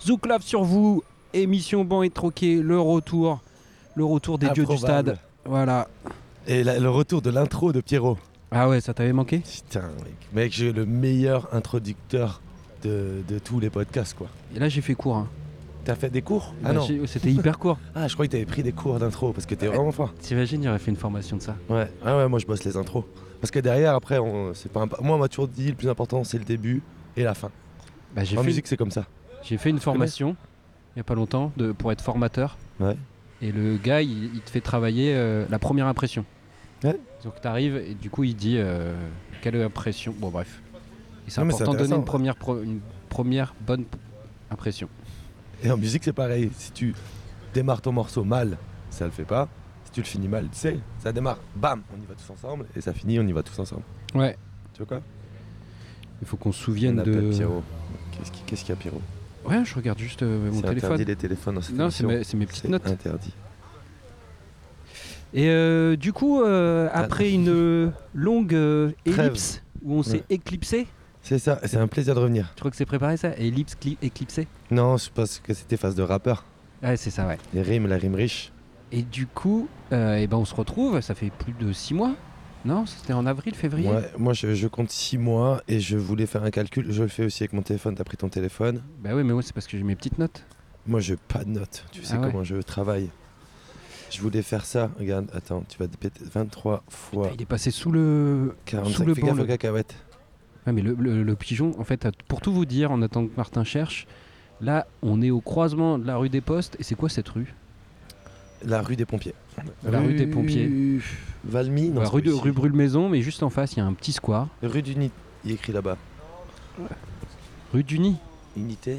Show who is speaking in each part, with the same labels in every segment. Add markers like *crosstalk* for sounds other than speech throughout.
Speaker 1: Zouklave sur vous, émission Ban et Troqué, le retour, le retour des dieux du
Speaker 2: Improbable.
Speaker 1: stade. Voilà.
Speaker 2: Et la- le retour de l'intro de Pierrot.
Speaker 1: Ah ouais, ça t'avait manqué
Speaker 2: Putain, mec. Mec, j'ai le meilleur introducteur de, de tous les podcasts, quoi.
Speaker 1: Et là, j'ai fait court. hein.
Speaker 2: T'as fait des cours Ah
Speaker 1: Bah,
Speaker 2: non.
Speaker 1: j'ai- C'était hyper court.
Speaker 2: Ah, je croyais que t'avais pris des cours d'intro parce que t'es
Speaker 1: Ouais.
Speaker 2: vraiment fort.
Speaker 1: *laughs* T'imagines, j'aurais fait une formation de ça.
Speaker 2: Ouais. Ah ouais, moi je bosse les intros. Parce que derrière, après, on, c'est pas imp- moi, on m'a toujours dit le plus important, c'est le début et la fin.
Speaker 1: Bah, j'ai
Speaker 2: En
Speaker 1: fait,
Speaker 2: musique, c'est comme ça.
Speaker 1: j'ai fait une formation il y a pas longtemps de, pour être formateur.
Speaker 2: Ouais.
Speaker 1: Et le gars, il, il te fait travailler euh, la première impression.
Speaker 2: Ouais.
Speaker 1: Donc t'arrives et du coup, il dit euh, quelle impression. Bon, bref. Et c'est
Speaker 2: Non, mais c'est
Speaker 1: important de donner
Speaker 2: intéressant.
Speaker 1: une première, pro- une première bonne p- impression.
Speaker 2: Et en musique, c'est pareil. Si tu démarres ton morceau mal, ça le fait pas. Si tu le finis mal, tu sais, ça démarre, bam, on y va tous ensemble. Et ça finit, on y va tous ensemble.
Speaker 1: Ouais.
Speaker 2: Tu vois quoi
Speaker 1: Il faut qu'on se
Speaker 2: On
Speaker 1: souvienne
Speaker 2: appelle
Speaker 1: de.
Speaker 2: Pierrot. Qu'est-ce qui- qu'est-ce qu'il y a, Pierrot
Speaker 1: Ouais, je regarde juste euh, mon
Speaker 2: C'est
Speaker 1: téléphone.
Speaker 2: interdit les téléphones dans cette
Speaker 1: Non, c'est
Speaker 2: émission.
Speaker 1: mes, c'est mes petites
Speaker 2: C'est
Speaker 1: notes.
Speaker 2: interdit.
Speaker 1: Et euh, du coup, euh,
Speaker 2: Ah.
Speaker 1: après une euh, longue euh,
Speaker 2: Trêve.
Speaker 1: ellipse où on s'est
Speaker 2: Ouais.
Speaker 1: éclipsé,
Speaker 2: C'est ça, c'est un plaisir de revenir.
Speaker 1: tu crois que c'est préparé ça Ellipse, cli- éclipsé
Speaker 2: Non, je pense que c'était phase de rappeur.
Speaker 1: Ouais, c'est ça, ouais.
Speaker 2: Les rimes, la rime riche.
Speaker 1: Et du coup, euh, eh ben, on se retrouve, ça fait plus de 6 mois. Non, c'était en avril, février
Speaker 2: Ouais, moi, je, je compte 6 mois et je voulais faire un calcul. Je le fais aussi avec mon téléphone. T'as pris ton téléphone.
Speaker 1: Bah oui, mais ouais, c'est parce que j'ai mes petites notes.
Speaker 2: Moi, je pas de notes. Tu sais
Speaker 1: Ah ouais.
Speaker 2: comment je travaille. Je voulais faire ça. Regarde, attends, tu vas te péter 23 fois
Speaker 1: Putain, Il est passé sous le...
Speaker 2: 45.
Speaker 1: sous le
Speaker 2: Fais
Speaker 1: banc,
Speaker 2: gaffe
Speaker 1: le-
Speaker 2: aux cacahuètes.
Speaker 1: Ouais, mais le, le- le pigeon, en fait, pour tout vous dire, en attendant que Martin cherche, là, on est au croisement de la rue des Postes. Et c'est quoi cette rue
Speaker 2: La rue des pompiers.
Speaker 1: La rue des pompiers.
Speaker 2: Valmy, non,
Speaker 1: Bah,
Speaker 2: c'est
Speaker 1: Rue,
Speaker 2: pas
Speaker 1: de,
Speaker 2: ici.
Speaker 1: rue Brûle-Maison, mais juste en face, il y a un petit square.
Speaker 2: Rue d'Unité. Il est écrit là-bas.
Speaker 1: Rue du Nid.
Speaker 2: Unité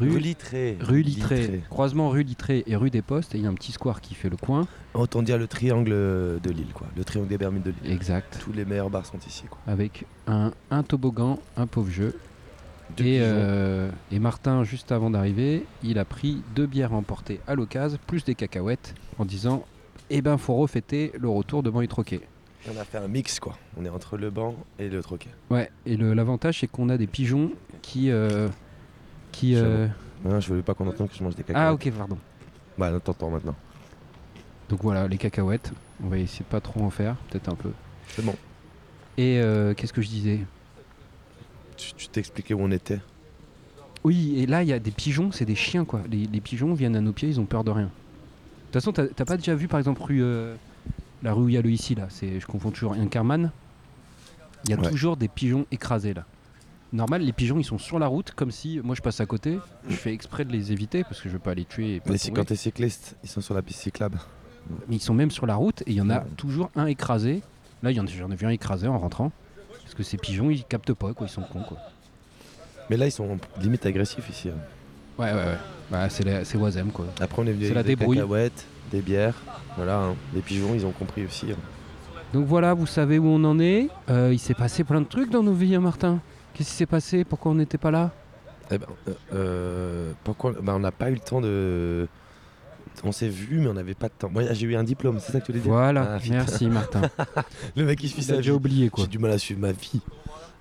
Speaker 1: Rue,
Speaker 2: Littré.
Speaker 1: rue Littré. Croisement rue Littré et rue des Postes. Et il y a un petit square qui fait le coin.
Speaker 2: Autant dire le triangle de Lille, quoi. Le triangle des Bermudes de Lille.
Speaker 1: Exact.
Speaker 2: Tous les meilleurs bars sont ici, quoi.
Speaker 1: Avec un, un toboggan, un pauvre jeu.
Speaker 2: Deux
Speaker 1: Et,
Speaker 2: pigeons.
Speaker 1: euh, et Martin, juste avant d'arriver, il a pris deux bières emportées à l'occasion, plus des cacahuètes, en disant Eh ben, faut refêter le retour de et Troquet.
Speaker 2: On a fait un mix, quoi. On est entre le banc et le troquet.
Speaker 1: Ouais, et le- l'avantage, c'est qu'on a des pigeons qui. euh, qui
Speaker 2: J'avoue.
Speaker 1: euh,
Speaker 2: Non, Hein, je voulais pas qu'on entende que je mange des cacahuètes.
Speaker 1: Ah, ok, pardon.
Speaker 2: Bah, non, t'entends maintenant.
Speaker 1: Donc voilà, les cacahuètes. On va essayer de pas trop en faire, peut-être un peu.
Speaker 2: C'est bon.
Speaker 1: Et euh, qu'est-ce que je disais
Speaker 2: Tu tu t'expliquais où on
Speaker 1: Bah,
Speaker 2: était.
Speaker 1: Oui, et là, il y a des pigeons, c'est des chiens, quoi. Les, les pigeons viennent à nos pieds, ils ont peur de rien. De toute façon, t'as t'as pas déjà vu, par exemple, rue, euh, la rue où il y a le ici, là c'est, Je confonds toujours Inkerman. Il y a
Speaker 2: Ouais.
Speaker 1: toujours des pigeons écrasés, là. Normal, les pigeons, ils sont sur la route, comme si moi je passe à côté. Je fais exprès de les éviter parce que je veux pas les tuer. Et pas
Speaker 2: Mais c'est
Speaker 1: tomber.
Speaker 2: quand t'es cycliste, ils sont sur la piste cyclable.
Speaker 1: Mais ils sont même sur la route et il y en a
Speaker 2: Ouais.
Speaker 1: toujours un écrasé. Là, il y en a- j'en ai vu un écrasé en rentrant. Parce que ces pigeons, ils captent pas, quoi. Ils sont cons, quoi.
Speaker 2: Mais là, ils sont limite agressifs ici. hein.
Speaker 1: Ouais, ouais, ouais. Bah, c'est la- c'est Wazem, quoi.
Speaker 2: Après, on est venu
Speaker 1: C'est
Speaker 2: avec
Speaker 1: la
Speaker 2: des
Speaker 1: débrouille.
Speaker 2: cacahuètes, des bières. Voilà, hein. les pigeons, ils ont compris aussi. hein.
Speaker 1: Donc voilà, vous savez où on en est. Euh, il s'est passé plein de trucs dans nos vies, hein, Martin. Qu'est-ce qui s'est passé Pourquoi on n'était pas là
Speaker 2: Eh ben, euh, euh, pourquoi ben, on n'a pas eu le temps de. On s'est vu, mais on n'avait pas de temps. Moi, j'ai eu un diplôme, c'est ça que tu voulais dire
Speaker 1: Voilà,
Speaker 2: Ah, putain.
Speaker 1: merci Martin.
Speaker 2: *laughs* Le mec, il suit
Speaker 1: Il a
Speaker 2: sa vie.
Speaker 1: déjà oublié quoi.
Speaker 2: J'ai du mal à suivre ma vie.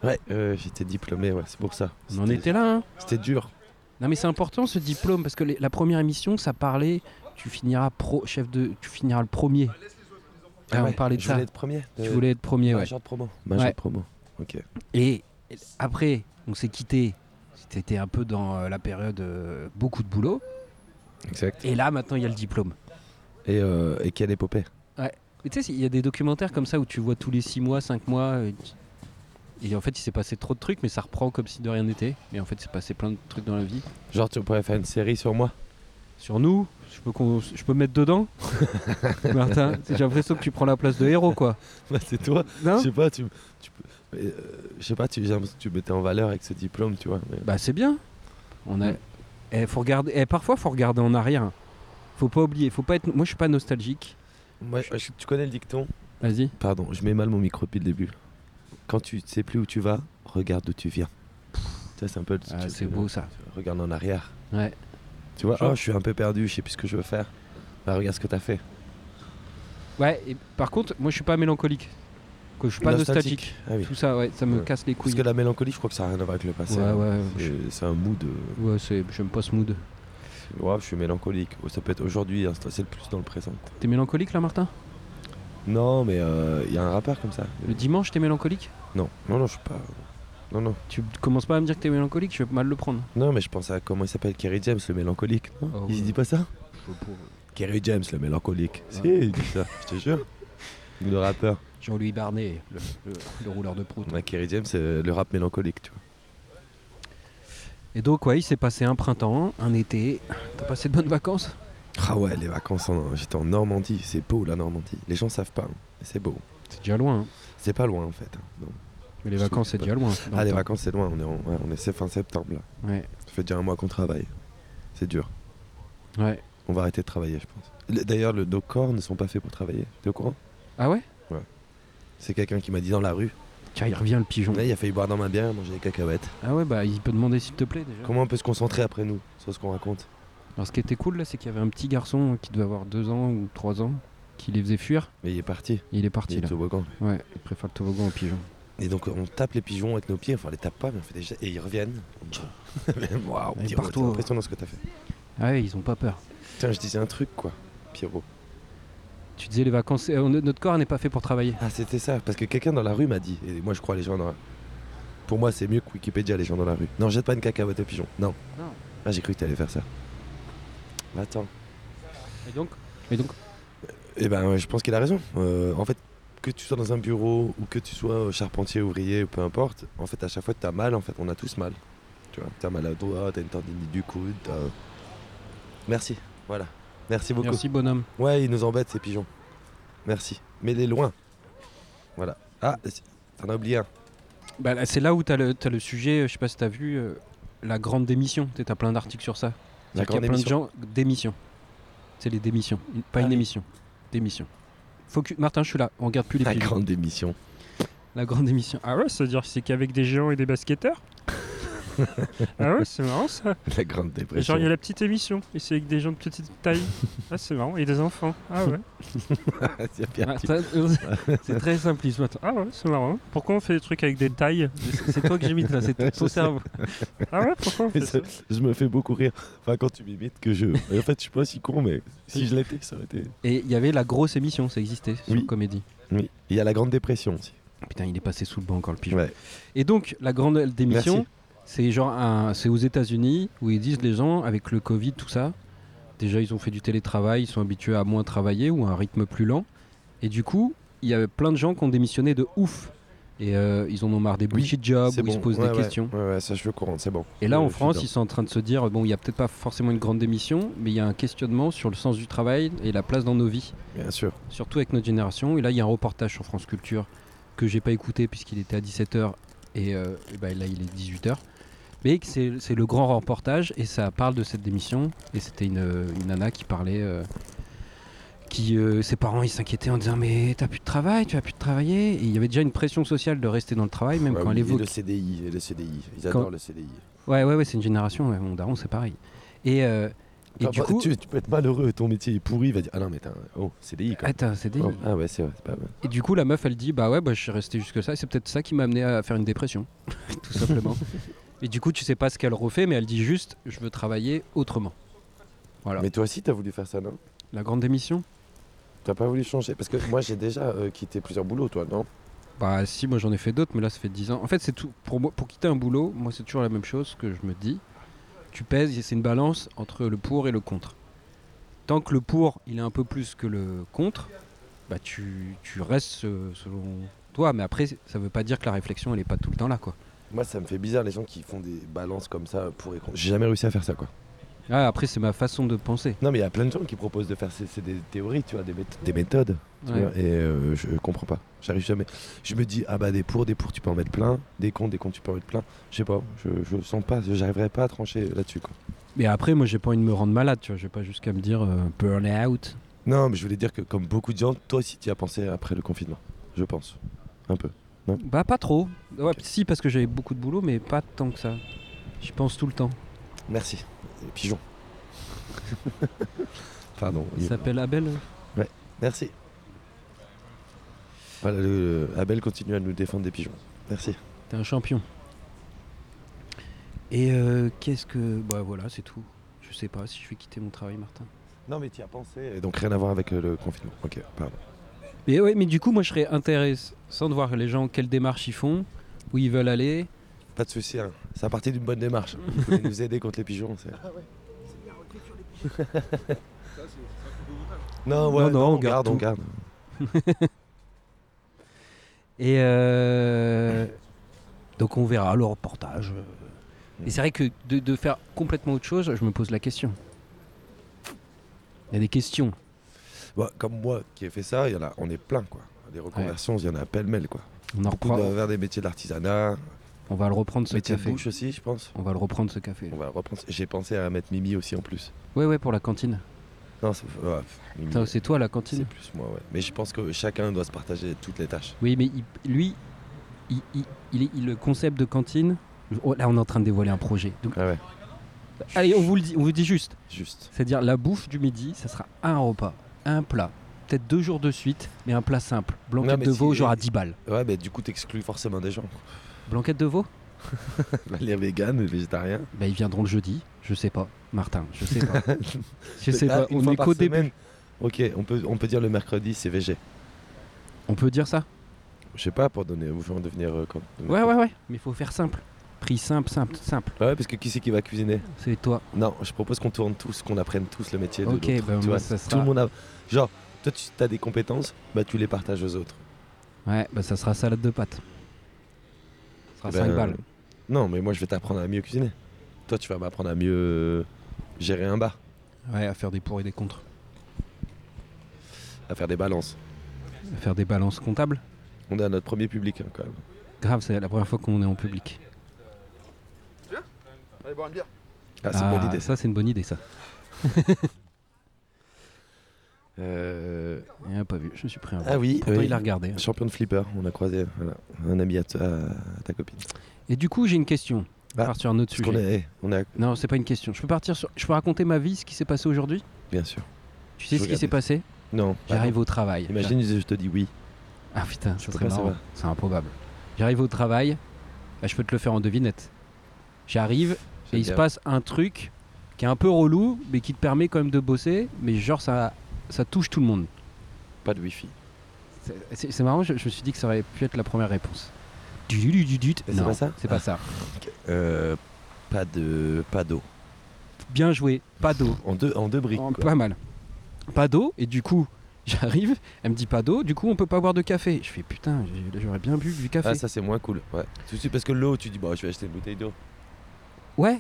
Speaker 2: Ouais, euh, j'étais diplômé, ouais, c'est pour ça.
Speaker 1: On en
Speaker 2: C'était-
Speaker 1: était là, hein
Speaker 2: C'était dur.
Speaker 1: Non mais c'est important ce diplôme parce que les- la première émission, ça parlait. Tu finiras pro, chef de, tu finiras le premier. Ah, on parlait de
Speaker 2: je
Speaker 1: ça.
Speaker 2: voulais être premier.
Speaker 1: Tu
Speaker 2: euh,
Speaker 1: voulais être premier, ouais.
Speaker 2: Major de promo. Major
Speaker 1: Ouais.
Speaker 2: de promo. Ok.
Speaker 1: Et après, on s'est quitté. C'était un peu dans euh, la période euh, beaucoup de boulot.
Speaker 2: Exact.
Speaker 1: Et là, maintenant, il y a le diplôme.
Speaker 2: Et, euh, et quelle épopée
Speaker 1: Mais tu sais, il y a des documentaires comme ça où tu vois tous les 6 mois, 5 mois. euh, tu- Et en fait, il s'est passé trop de trucs, mais ça reprend comme si de rien n'était. Mais en fait, il s'est passé plein de trucs dans la vie.
Speaker 2: Genre, tu pourrais faire une série sur moi *laughs*
Speaker 1: Sur nous, je peux, qu'on- je peux me mettre *laughs* dedans Martin, j'ai l'impression que tu prends la place de héros, quoi.
Speaker 2: Bah, c'est toi.
Speaker 1: Non
Speaker 2: je sais pas, tu. tu peux- mais, euh, je sais pas, tu, j'ai l'impression que tu mettais en valeur avec ce diplôme, tu vois. mais-
Speaker 1: Bah, c'est bien. On a... Eh, faut regarder... eh, parfois, faut regarder en arrière. Faut pas oublier. Faut pas être... Moi, je suis pas nostalgique.
Speaker 2: Moi, je- tu connais le dicton
Speaker 1: Vas-y.
Speaker 2: Pardon, je mets mal mon micro depuis le début. Quand tu sais plus où tu vas, regarde d'où tu viens. Ça, c'est un peu.
Speaker 1: Ah,
Speaker 2: tu-
Speaker 1: c'est
Speaker 2: tu-
Speaker 1: beau, ça.
Speaker 2: tu Regarde en arrière.
Speaker 1: Ouais.
Speaker 2: Tu vois,
Speaker 1: Genre-
Speaker 2: oh, je suis un peu perdu, je sais plus ce que je veux faire. Bah, regarde ce que t'as fait.
Speaker 1: Ouais, et par contre, moi, je suis pas mélancolique. que je suis pas nostalgique.
Speaker 2: Nostalgique. Ah oui.
Speaker 1: Tout ça, ouais, ça me
Speaker 2: Ouais.
Speaker 1: casse les couilles.
Speaker 2: Parce que la mélancolie, je crois que ça n'a rien à voir avec le passé. hein.
Speaker 1: Ouais, ouais, je-
Speaker 2: C'est- C'est un mood. euh,
Speaker 1: ouais, c'est- j'aime pas ce mood.
Speaker 2: ouais, je suis mélancolique. Ça peut être aujourd'hui, hein, c'est le plus dans le présent.
Speaker 1: T'es mélancolique là, Martin
Speaker 2: Non, mais il y a un rappeur comme ça.
Speaker 1: Le dimanche, t'es mélancolique
Speaker 2: Non, non, non, je suis pas. Non, non.
Speaker 1: Tu commences pas à me dire que t'es mélancolique, je vais mal le prendre.
Speaker 2: Non, mais je pense à comment il s'appelle Kerry James, le mélancolique. non
Speaker 1: Ah
Speaker 2: il se
Speaker 1: ouais.
Speaker 2: dit pas ça Kerry James, le mélancolique. Si,
Speaker 1: Ouais.
Speaker 2: il dit ça, *laughs* je te jure. Le rappeur.
Speaker 1: Jean-Louis Barnet, le, le- le rouleur de prout.
Speaker 2: Ouais, Kerry James, c'est le rap mélancolique, tu vois.
Speaker 1: Et donc, ouais, il s'est passé un printemps, un été. T'as passé de bonnes vacances
Speaker 2: Ah ouais, les vacances, en- j'étais en Normandie, c'est beau la Normandie. Les gens savent pas, hein, mais c'est beau.
Speaker 1: C'est déjà loin. hein.
Speaker 2: C'est pas loin en fait. hein, non.
Speaker 1: Mais les
Speaker 2: Je
Speaker 1: vacances, c'est
Speaker 2: sais pas.
Speaker 1: déjà loin. dans
Speaker 2: Ah,
Speaker 1: le
Speaker 2: les
Speaker 1: temps.
Speaker 2: vacances, c'est loin, on est, en- ouais, on est c'est fin septembre là.
Speaker 1: Ouais,
Speaker 2: Ça fait déjà un mois qu'on travaille. C'est dur.
Speaker 1: ouais.
Speaker 2: On va arrêter de travailler, je pense. Le- D'ailleurs, le, nos corps ne sont pas faits pour travailler. T'es au courant
Speaker 1: Ah ouais
Speaker 2: C'est quelqu'un qui m'a dit dans la rue.
Speaker 1: Tiens, il revient le pigeon.
Speaker 2: Là, il a failli boire dans ma bière et manger des cacahuètes.
Speaker 1: Ah ouais, bah il peut demander s'il te plaît déjà.
Speaker 2: Comment on peut se concentrer après nous sur ce qu'on raconte
Speaker 1: Alors ce qui était cool là, c'est qu'il y avait un petit garçon qui devait avoir 2 ans ou 3 ans, qui les faisait fuir.
Speaker 2: Mais il est parti.
Speaker 1: Et il est parti
Speaker 2: Il
Speaker 1: là.
Speaker 2: est au Bogan.
Speaker 1: Ouais, il préfère le toboggan au pigeon.
Speaker 2: Et donc, on tape les pigeons avec nos pieds. Enfin, on les tape pas, mais on fait déjà. Et ils *laughs* reviennent. Waouh,
Speaker 1: Et
Speaker 2: Pierrot,
Speaker 1: partout.
Speaker 2: c'est impressionnant ce que t'as fait.
Speaker 1: Ah ouais, ils ont pas peur.
Speaker 2: Tiens, je disais un truc, quoi, Pierrot.
Speaker 1: Tu disais les vacances, c'est- euh, notre corps n'est pas fait pour travailler.
Speaker 2: Ah, c'était ça, parce que quelqu'un dans la rue m'a dit, et moi je crois les gens dans la Pour moi, c'est mieux que Wikipédia, les gens dans la rue. Non, jette pas une cacahuète aux pigeons. Non.
Speaker 1: Non.
Speaker 2: Ah, j'ai cru que t'allais faire ça. Attends.
Speaker 1: Et donc Et donc
Speaker 2: Eh ben, ouais, je pense qu'il a raison. Euh, en fait, que tu sois dans un bureau ou que tu sois euh, charpentier, ouvrier, peu importe, en fait, à chaque fois, t'as mal, en fait, on a tous mal. Tu vois, t'as mal à doigt, t'as une tendinite du coude, t'as. Merci, voilà. Merci beaucoup.
Speaker 1: Merci bonhomme.
Speaker 2: Ouais, ils nous embêtent, ces pigeons. Merci. Mais les loin. Voilà. Ah, c'est- t'en as oublié un.
Speaker 1: Bah là, c'est là où t'as le, t'as le sujet, euh, je sais pas si t'as vu, euh, la grande démission. T'es- T'as plein d'articles sur ça.
Speaker 2: La
Speaker 1: Il y a
Speaker 2: grande
Speaker 1: plein de
Speaker 2: émission.
Speaker 1: gens, démission. C'est les démissions, Une- pas
Speaker 2: Ah
Speaker 1: une
Speaker 2: oui.
Speaker 1: émission. Démission. Faut que... Martin, je suis là, on regarde plus les
Speaker 2: La
Speaker 1: pigeons.
Speaker 2: grande démission.
Speaker 1: La grande émission.
Speaker 3: Ah ouais, ça veut dire que c'est qu'avec des géants et des basketteurs Ah
Speaker 2: *laughs*
Speaker 3: ouais, c'est marrant ça.
Speaker 2: La grande dépression.
Speaker 3: Genre, il y a la petite émission et c'est avec des gens de petite
Speaker 2: *laughs*
Speaker 3: taille. Ah, c'est marrant. Et des enfants. Ah ouais.
Speaker 2: *laughs* Il y a Pierre qui-
Speaker 1: Martin, Ah, euh, *laughs* c'est très simpliste maintenant.
Speaker 3: Ah ouais, c'est marrant. Pourquoi on fait des trucs avec des tailles
Speaker 1: C'est c'est toi que j'imite là, *laughs* c'est ton
Speaker 2: Je sais.
Speaker 1: cerveau.
Speaker 3: Ah ouais, pourquoi on
Speaker 2: Mais
Speaker 3: fait ça
Speaker 2: ça- je me fais beaucoup rire. Enfin, quand tu m'imites, que je. Et en fait, je suis pas si con, mais si je l'étais, ça aurait été.
Speaker 1: Et il y avait la grosse émission, ça existait sur
Speaker 2: Oui.
Speaker 1: Comédie.
Speaker 2: Oui. Il y a la grande dépression aussi.
Speaker 1: Putain, il est passé sous le banc encore le pigeon.
Speaker 2: Ouais.
Speaker 1: Et donc, la grande démission,
Speaker 2: Merci.
Speaker 1: c'est genre un- c'est aux États-Unis où ils disent les gens avec le Covid, tout ça. Déjà, ils ont fait du télétravail, ils sont habitués à moins travailler ou à un rythme plus lent. Et du coup, il y avait plein de gens qui ont démissionné de ouf. Et euh, ils en ont marre des bullshit jobs où Ah, ils se posent
Speaker 2: Ouais,
Speaker 1: des
Speaker 2: ouais.
Speaker 1: questions.
Speaker 2: Ouais, ouais, ça, je suis au courant, c'est bon.
Speaker 1: Et là,
Speaker 2: Euh,
Speaker 1: en
Speaker 2: je suis
Speaker 1: France,
Speaker 2: dedans.
Speaker 1: ils sont en train de se dire bon, il n'y a peut-être pas forcément une grande démission, mais il y a un questionnement sur le sens du travail et la place dans nos vies,
Speaker 2: Bien sûr.
Speaker 1: surtout avec notre génération. Et là, il y a un reportage sur France Culture que j'ai pas écouté puisqu'il était à 17h et, euh, et ben là, il est 18h. Mais que c'est c'est le grand reportage et ça parle de cette démission. Et c'était une, euh, une nana qui parlait. euh, qui euh, ses parents ils s'inquiétaient en disant mais t'as plus de travail tu as plus de travailler et il y avait déjà une pression sociale de rester dans le travail même
Speaker 2: Ouais,
Speaker 1: quand
Speaker 2: oui,
Speaker 1: elle
Speaker 2: et
Speaker 1: évoque
Speaker 2: le CDI, et le CDI. Ils
Speaker 1: Quand-
Speaker 2: adorent le CDI.
Speaker 1: Ouais, ouais, ouais, c'est une génération. ouais, Mon daron, c'est pareil. Et, euh, et
Speaker 2: Attends,
Speaker 1: du
Speaker 2: bah,
Speaker 1: coup.
Speaker 2: tu, tu peux être malheureux, ton métier est pourri, il va dire Ah non, mais t'as un- Oh, CDI quand même.
Speaker 1: Attends, c'est des-
Speaker 2: Oh, Ah ouais, c'est vrai, c'est pas mal.
Speaker 1: Et du coup, la meuf, elle dit Bah ouais, bah, je suis resté jusque ça. et C'est peut-être ça qui m'a amené à faire une dépression. *laughs* Tout simplement. et du coup, tu sais pas ce qu'elle refait, mais elle dit juste Je veux travailler autrement. Voilà.
Speaker 2: Mais toi aussi, t'as voulu faire ça, non
Speaker 1: La grande démission
Speaker 2: T'as pas voulu changer Parce que moi, j'ai déjà euh, quitté plusieurs boulots, toi, non
Speaker 1: Bah si, moi j'en ai fait d'autres, mais là, ça fait 10 ans. En fait, c'est tout. Pour, moi, pour quitter un boulot, moi, c'est toujours la même chose que je me dis. Tu pèses, et c'est une balance entre le pour et le contre. Tant que le pour, il est un peu plus que le contre, bah tu, tu restes euh, selon toi. Mais après, ça veut pas dire que la réflexion, elle est pas tout le temps là, quoi.
Speaker 2: Moi, ça me fait bizarre les gens qui font des balances comme ça pour et contre. J'ai jamais réussi à faire ça, quoi.
Speaker 1: Ah, après, c'est ma façon de penser.
Speaker 2: Non, mais il y a plein de gens qui proposent de faire. C'est c'est des théories, tu vois, des, méth- des méthodes. tu
Speaker 1: Ouais.
Speaker 2: vois, et euh, je comprends pas. J'arrive jamais. Je me dis, ah bah, des pour, des pour, tu peux en mettre plein. Des contre, des contre, tu peux en mettre plein. Je sais pas, je, je sens pas, j'arriverai pas à trancher là-dessus, quoi.
Speaker 1: Mais après, moi, j'ai pas envie de me rendre malade, tu vois. J'ai pas jusqu'à me dire euh, burn out.
Speaker 2: Non, mais je voulais dire que, comme beaucoup de gens, toi aussi, tu as pensé après le confinement. Je pense. Un peu.
Speaker 1: Bah pas trop. Ouais, si parce que j'avais beaucoup de boulot, mais pas tant que ça. J'y pense tout le temps.
Speaker 2: Merci. Pigeon. Pardon.
Speaker 1: Il s'appelle Abel.
Speaker 2: Merci. Voilà, le- le- Abel continue à nous défendre des pigeons. Merci.
Speaker 1: T'es un champion. Et euh, qu'est-ce que. Bah voilà, c'est tout. Je sais pas si je vais quitter mon travail, Martin.
Speaker 2: Non, mais t'y as pensé. Et donc rien à voir avec euh, le confinement. Ok, pardon.
Speaker 1: Mais ouais, mais du coup, moi, je serais intéressant de voir les gens, quelle démarche ils font, où ils veulent aller.
Speaker 2: Pas de souci. Hein. C'est à partir d'une bonne démarche. *laughs* Vous pouvez nous aider contre les pigeons. c'est- *laughs* non, ouais,
Speaker 1: Non, non,
Speaker 2: non,
Speaker 1: on
Speaker 2: on,
Speaker 1: garde
Speaker 2: garde, on
Speaker 1: tout.
Speaker 2: garde.
Speaker 1: Et euh, donc on verra le reportage. euh. Et c'est vrai que de, de faire complètement autre chose, je me pose la question. Il y a des questions.
Speaker 2: Bah, comme moi qui ai fait ça, il y en a, on est plein quoi. Des reconversions, il y en a pêle-mêle quoi.
Speaker 1: On, en
Speaker 2: Beaucoup
Speaker 1: reprend,
Speaker 2: doivent vers des métiers de l'artisanat,
Speaker 1: on va le reprendre ce
Speaker 2: métiers de
Speaker 1: café.
Speaker 2: Bah, bouche aussi, je pense.
Speaker 1: On va le reprendre ce café.
Speaker 2: On va repenser. J'ai pensé à mettre Mimi aussi en plus.
Speaker 1: Ouais, ouais, pour la cantine.
Speaker 2: Non, c'est ouais, pff, Mimi,
Speaker 1: Putain, C'est toi la
Speaker 2: c'est
Speaker 1: cantine
Speaker 2: plus moi, ouais. Mais je pense que chacun doit se partager toutes les tâches.
Speaker 1: Oui, mais il- lui, il, il- il est- il- le concept de cantine. oh, là, on est en train de dévoiler un projet. Donc,
Speaker 2: Ah ouais,
Speaker 1: allez, on vous le dit, on vous dit juste.
Speaker 2: juste.
Speaker 1: C'est-à-dire la bouffe du midi, ça sera un repas, un plat, peut-être deux jours de suite, mais un plat simple.
Speaker 2: Non,
Speaker 1: Blanquette
Speaker 2: mais
Speaker 1: de
Speaker 2: si- euh,
Speaker 1: veau, genre à 10 balles.
Speaker 2: Ouais, mais du coup, t'exclus forcément des gens. *laughs*
Speaker 1: Blanquette de veau
Speaker 2: quoi. les véganes, les végétariens.
Speaker 1: Bah, ils viendront le jeudi, je sais pas. Martin, je sais
Speaker 2: *laughs*
Speaker 1: pas. je sais
Speaker 2: Ah,
Speaker 1: pas,
Speaker 2: une
Speaker 1: on
Speaker 2: fois
Speaker 1: est
Speaker 2: par
Speaker 1: qu'au début.
Speaker 2: semaine. Ok, on peut, on peut dire le mercredi, c'est végé.
Speaker 1: On peut dire ça
Speaker 2: Je sais pas, pour donner, vous faire devenir. euh, quand-
Speaker 1: Ouais, ouais, ouais. Mais faut faire simple. Prix simple, simple, simple.
Speaker 2: Ah Ouais, parce que qui c'est qui va cuisiner
Speaker 1: C'est toi.
Speaker 2: Non, je propose qu'on tourne tous, qu'on apprenne tous le métier de
Speaker 1: Ok,
Speaker 2: l'autre.
Speaker 1: bah,
Speaker 2: tu
Speaker 1: moi,
Speaker 2: vois,
Speaker 1: ça
Speaker 2: tout
Speaker 1: sera-
Speaker 2: le monde a... Genre, toi, tu as des compétences, bah tu les partages aux autres.
Speaker 1: Ouais, bah ça sera salade de pâtes. Ça sera
Speaker 2: Ben,
Speaker 1: 5 balles.
Speaker 2: Non, mais moi, je vais t'apprendre à mieux cuisiner. Toi, tu vas m'apprendre à mieux euh, gérer un bar,
Speaker 1: Ouais, à faire des pour et des contre.
Speaker 2: à faire des balances.
Speaker 1: À faire des balances comptables.
Speaker 2: On est à notre premier public, hein, quand même.
Speaker 1: Grave, c'est la première fois qu'on est en public.
Speaker 4: Allez boire une bière.
Speaker 2: Ah, c'est une bonne idée. ça.
Speaker 1: Ça, c'est une bonne idée, ça.
Speaker 2: Euh,
Speaker 1: Il a pas vu, je me suis pris un.
Speaker 2: Ah oui,
Speaker 1: Pourtant,
Speaker 2: oui.
Speaker 1: il a regardé. hein.
Speaker 2: Champion de flipper, on a croisé voilà, un ami à, t- à- à ta copine.
Speaker 1: Et du coup, j'ai une question. On va
Speaker 2: Ah,
Speaker 1: partir sur un autre
Speaker 2: Parce qu'on
Speaker 1: sujet.
Speaker 2: est, eh, on est à-
Speaker 1: Non, c'est pas une question. Je peux partir sur. Je peux raconter ma vie, ce qui s'est passé aujourd'hui
Speaker 2: bien sûr.
Speaker 1: Tu sais
Speaker 2: Je
Speaker 1: ce qui s'est passé
Speaker 2: regardais. Non.
Speaker 1: J'arrive au travail.
Speaker 2: Imagine, je te dis oui.
Speaker 1: Ah putain,
Speaker 2: peux
Speaker 1: ça serait
Speaker 2: pas
Speaker 1: marrant.
Speaker 2: savoir.
Speaker 1: C'est improbable. J'arrive au travail, bah, je peux te le faire en devinette. J'arrive et il se
Speaker 2: Génial.
Speaker 1: passe un truc qui est un peu relou, mais qui te permet quand même de bosser, mais genre ça, ça touche tout le monde.
Speaker 2: Pas de wifi.
Speaker 1: C'est- C'est c'est marrant, je, je me suis dit que ça aurait pu être la première réponse. Du, du, du, du, du,
Speaker 2: Mais c'est
Speaker 1: Non,
Speaker 2: pas ça
Speaker 1: c'est pas ça.
Speaker 2: Euh, pas de, pas d'eau.
Speaker 1: Bien joué, pas d'eau.
Speaker 2: En deux, en deux briques.
Speaker 1: Oh,
Speaker 2: quoi.
Speaker 1: Pas mal. Pas d'eau, et du coup, *laughs* j'arrive, elle me dit pas d'eau, du coup, on peut pas boire de café. Je fais putain, j'ai- j'aurais bien bu du café.
Speaker 2: Ah, ça c'est moins cool. Ouais. Tout de suite, parce que l'eau, tu dis, bon, je vais acheter une bouteille d'eau.
Speaker 1: ouais,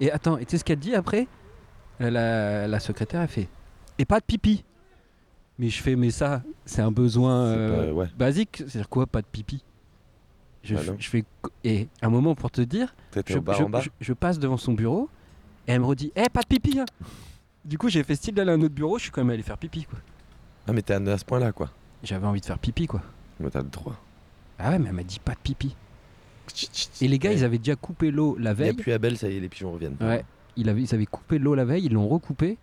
Speaker 1: et attends, et tu sais ce qu'elle dit après la, la- la secrétaire, elle fait et pas de pipi. Mais je fais, mais ça, c'est un besoin
Speaker 2: C'est
Speaker 1: euh,
Speaker 2: pas- ouais.
Speaker 1: basique. C'est-à-dire quoi, pas de pipi je,
Speaker 2: Bah non.
Speaker 1: je fais, et un moment pour te dire,
Speaker 2: T'étais
Speaker 1: je,
Speaker 2: au bar
Speaker 1: je-
Speaker 2: en bas.
Speaker 1: je- je passe devant son bureau et elle me redit, eh, pas de pipi. hein. du coup, j'ai fait style d'aller à un autre bureau, je suis quand même allé faire pipi quoi.
Speaker 2: Ah, mais t'es à ce point-là, quoi.
Speaker 1: J'avais envie de faire pipi quoi.
Speaker 2: Mais t'as le droit.
Speaker 1: Ah ouais, mais elle m'a dit pas de pipi. Et les gars, ils avaient déjà coupé l'eau la
Speaker 2: Il n'y a
Speaker 1: veille.
Speaker 2: plus Abel, ça y est, les pigeons reviennent.
Speaker 1: Ouais, ils avaient, ils avaient coupé l'eau la veille, ils l'ont recoupé.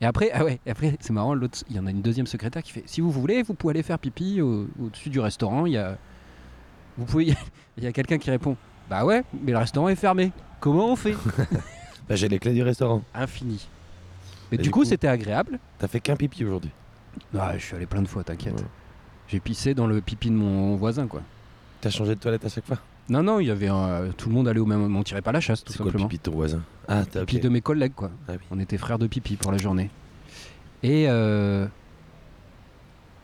Speaker 1: Et après, ah ouais, et après c'est marrant, l'autre, il y en a une deuxième secrétaire qui fait si vous voulez, vous pouvez aller faire pipi au- au-dessus du restaurant. Il y a, vous pouvez, il y *laughs* a quelqu'un qui répond bah ouais, mais le restaurant est fermé. Comment on fait
Speaker 2: Bah, j'ai les clés du restaurant.
Speaker 1: *laughs* Infini. Mais
Speaker 2: Et
Speaker 1: du
Speaker 2: du
Speaker 1: coup,
Speaker 2: coup
Speaker 1: c'était agréable.
Speaker 2: T'as fait qu'un pipi aujourd'hui.
Speaker 1: Ah, je suis allé plein de fois, t'inquiète.
Speaker 2: Ouais.
Speaker 1: J'ai pissé dans le pipi de mon voisin, quoi.
Speaker 2: T'as changé de toilette à chaque fois
Speaker 1: Non, non, il y avait un- tout le monde allait au même, on tirait pas la chasse, tout
Speaker 2: C'est quoi le
Speaker 1: simplement.
Speaker 2: pipi de ton voisin Ah, t'as
Speaker 1: pipi
Speaker 2: ok.
Speaker 1: de mes collègues, quoi.
Speaker 2: Ah oui.
Speaker 1: On était frères de pipi pour la journée. Et, euh,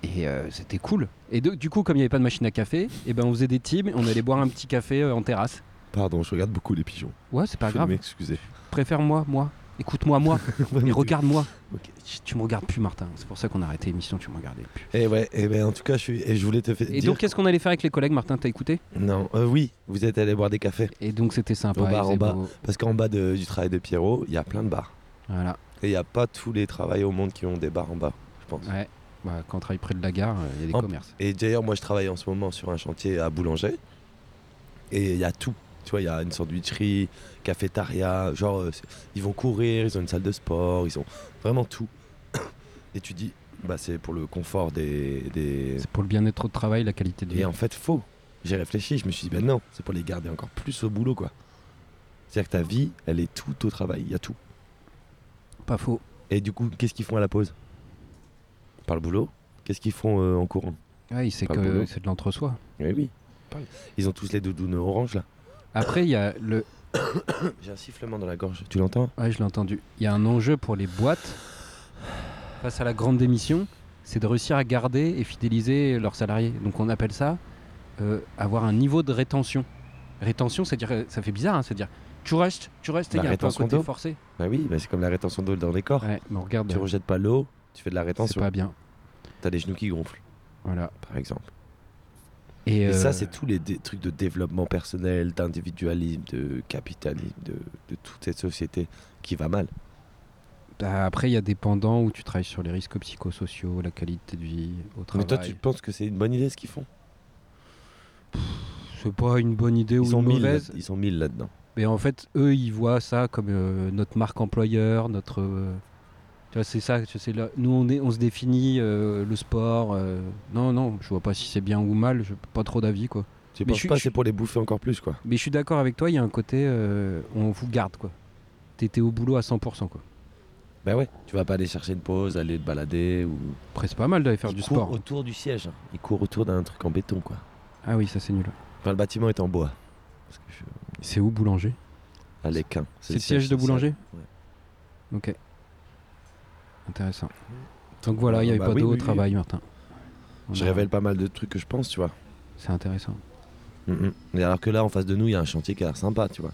Speaker 1: et euh, c'était cool. Et de- du coup, comme il n'y avait pas de machine à café, et ben on faisait des teams, on allait boire un petit café euh, en terrasse.
Speaker 2: Pardon, je regarde beaucoup les pigeons.
Speaker 1: Ouais, c'est pas
Speaker 2: je vais
Speaker 1: grave. *laughs*
Speaker 2: m'excuser.
Speaker 1: Préfère-moi, moi. Écoute-moi,
Speaker 2: *laughs*
Speaker 1: moi.
Speaker 2: Ouais,
Speaker 1: et
Speaker 2: mais
Speaker 1: regarde-moi.
Speaker 2: Ok.
Speaker 1: Chut, Tu me regardes plus, Martin. C'est pour ça qu'on a arrêté l'émission, tu me regardais plus.
Speaker 2: t'es- Eh ouais, eh ben, en tout cas, je, suis... et je voulais te faire.
Speaker 1: Et
Speaker 2: dire-
Speaker 1: donc, qu'est-ce qu'on allait faire avec les collègues, Martin T'as écouté
Speaker 2: Non, euh, oui, vous êtes allé boire des cafés.
Speaker 1: Et donc, c'était sympa.
Speaker 2: Au bar,
Speaker 1: il faisait
Speaker 2: au bar.
Speaker 1: beau.
Speaker 2: Parce qu'en bas de- du travail de Pierrot, il y a plein de bars.
Speaker 1: Voilà.
Speaker 2: Et il n'y a pas tous les travails au monde qui ont des bars en bas, je pense.
Speaker 1: Ouais. Bah, quand on travaille près de la gare, euh, il y a des
Speaker 2: En-
Speaker 1: commerces.
Speaker 2: Et d'ailleurs, moi, je travaille en ce moment sur un chantier à Boulanger. Et il y a tout. Tu vois, il y a une sandwicherie, cafétéria. Genre, euh, c'est- ils vont courir, ils ont une salle de sport, ils ont vraiment tout. *coughs* Et tu dis, bah, c'est pour le confort des. des...
Speaker 1: C'est pour le bien-être au travail, la qualité de vie.
Speaker 2: Et en fait, faux. J'ai réfléchi, je me suis dit, ben non, c'est pour les garder encore plus au boulot, quoi. C'est-à-dire que ta vie, elle est tout au travail, il y a tout.
Speaker 1: Pas faux.
Speaker 2: Et du coup, qu'est-ce qu'ils font à la pause Par le boulot Qu'est-ce qu'ils font euh, en courant
Speaker 1: Ouais, c'est
Speaker 2: Pas le
Speaker 1: que
Speaker 2: boulot.
Speaker 1: c'est de l'entre-soi.
Speaker 2: Oui, oui. Ils ont tous les doudounes orange, là.
Speaker 1: Après, il y a le.
Speaker 2: J'ai un sifflement dans la gorge, tu l'entends
Speaker 1: Ouais, je l'ai entendu. Il y a un enjeu pour les boîtes face à la grande démission, c'est de réussir à garder et fidéliser leurs salariés. Donc on appelle ça euh, avoir un niveau de rétention. Rétention, c'est-à-dire, euh, ça fait bizarre, hein, c'est-à-dire tu restes, tu restes, il
Speaker 2: La
Speaker 1: y a un peu un
Speaker 2: rétention
Speaker 1: côté
Speaker 2: d'eau.
Speaker 1: forcé.
Speaker 2: Bah oui, bah c'est comme la rétention d'eau dans les corps.
Speaker 1: Ouais, mais on regarde,
Speaker 2: Tu
Speaker 1: euh,
Speaker 2: rejettes pas l'eau, tu fais de la
Speaker 1: c'est
Speaker 2: rétention.
Speaker 1: pas bien.
Speaker 2: T'as les genoux qui gonflent,
Speaker 1: Voilà.
Speaker 2: par exemple.
Speaker 1: Et,
Speaker 2: Et
Speaker 1: euh,
Speaker 2: ça, c'est tous les dé- trucs de développement personnel, d'individualisme, de capitalisme, de, de toute cette société qui va mal.
Speaker 1: bah, après, il y a des pendants où tu travailles sur les risques psychosociaux, la qualité de vie au travail.
Speaker 2: Mais toi, tu penses que c'est une bonne idée ce qu'ils font
Speaker 1: C'est pas une bonne idée
Speaker 2: Ils
Speaker 1: ou
Speaker 2: sont
Speaker 1: une
Speaker 2: mille, là-
Speaker 1: mauvaise.
Speaker 2: ils sont mille là-dedans.
Speaker 1: Mais en fait, eux, ils voient ça comme euh, notre marque employeur, notre. euh, tu vois, c'est ça. tu sais, là, nous, on, est, on se définit euh, le sport. euh, non, non, je vois pas si c'est bien ou mal. Je pas trop d'avis, quoi.
Speaker 2: Tu
Speaker 1: Mais
Speaker 2: penses
Speaker 1: je suis-
Speaker 2: pas
Speaker 1: je suis-
Speaker 2: c'est pour les bouffer encore plus, quoi
Speaker 1: Mais je suis d'accord avec toi. Il y a un côté, euh, on vous garde, quoi. T'étais au boulot à 100%, quoi.
Speaker 2: Bah ouais, tu vas pas aller chercher une pause, aller te balader ou
Speaker 1: Après, c'est pas mal d'aller faire
Speaker 2: Ils
Speaker 1: du
Speaker 2: courent
Speaker 1: sport.
Speaker 2: autour du siège. hein. Ils courent autour d'un truc en béton, quoi.
Speaker 1: Ah oui, ça c'est nul.
Speaker 2: Enfin, le bâtiment est en bois. Parce que je...
Speaker 1: C'est où boulanger
Speaker 2: À l'équin.
Speaker 1: C'est le siège de
Speaker 2: social.
Speaker 1: boulanger
Speaker 2: Ouais.
Speaker 1: Ok. Intéressant. Donc voilà, il n'y avait
Speaker 2: Bah
Speaker 1: pas
Speaker 2: oui,
Speaker 1: d'eau
Speaker 2: oui,
Speaker 1: au
Speaker 2: oui.
Speaker 1: travail, Martin. On
Speaker 2: Je
Speaker 1: a-
Speaker 2: révèle pas mal de trucs que je pense, tu vois.
Speaker 1: C'est intéressant.
Speaker 2: Mm, mm. Et alors que là, en face de nous, il y a un chantier qui a l'air sympa, tu vois.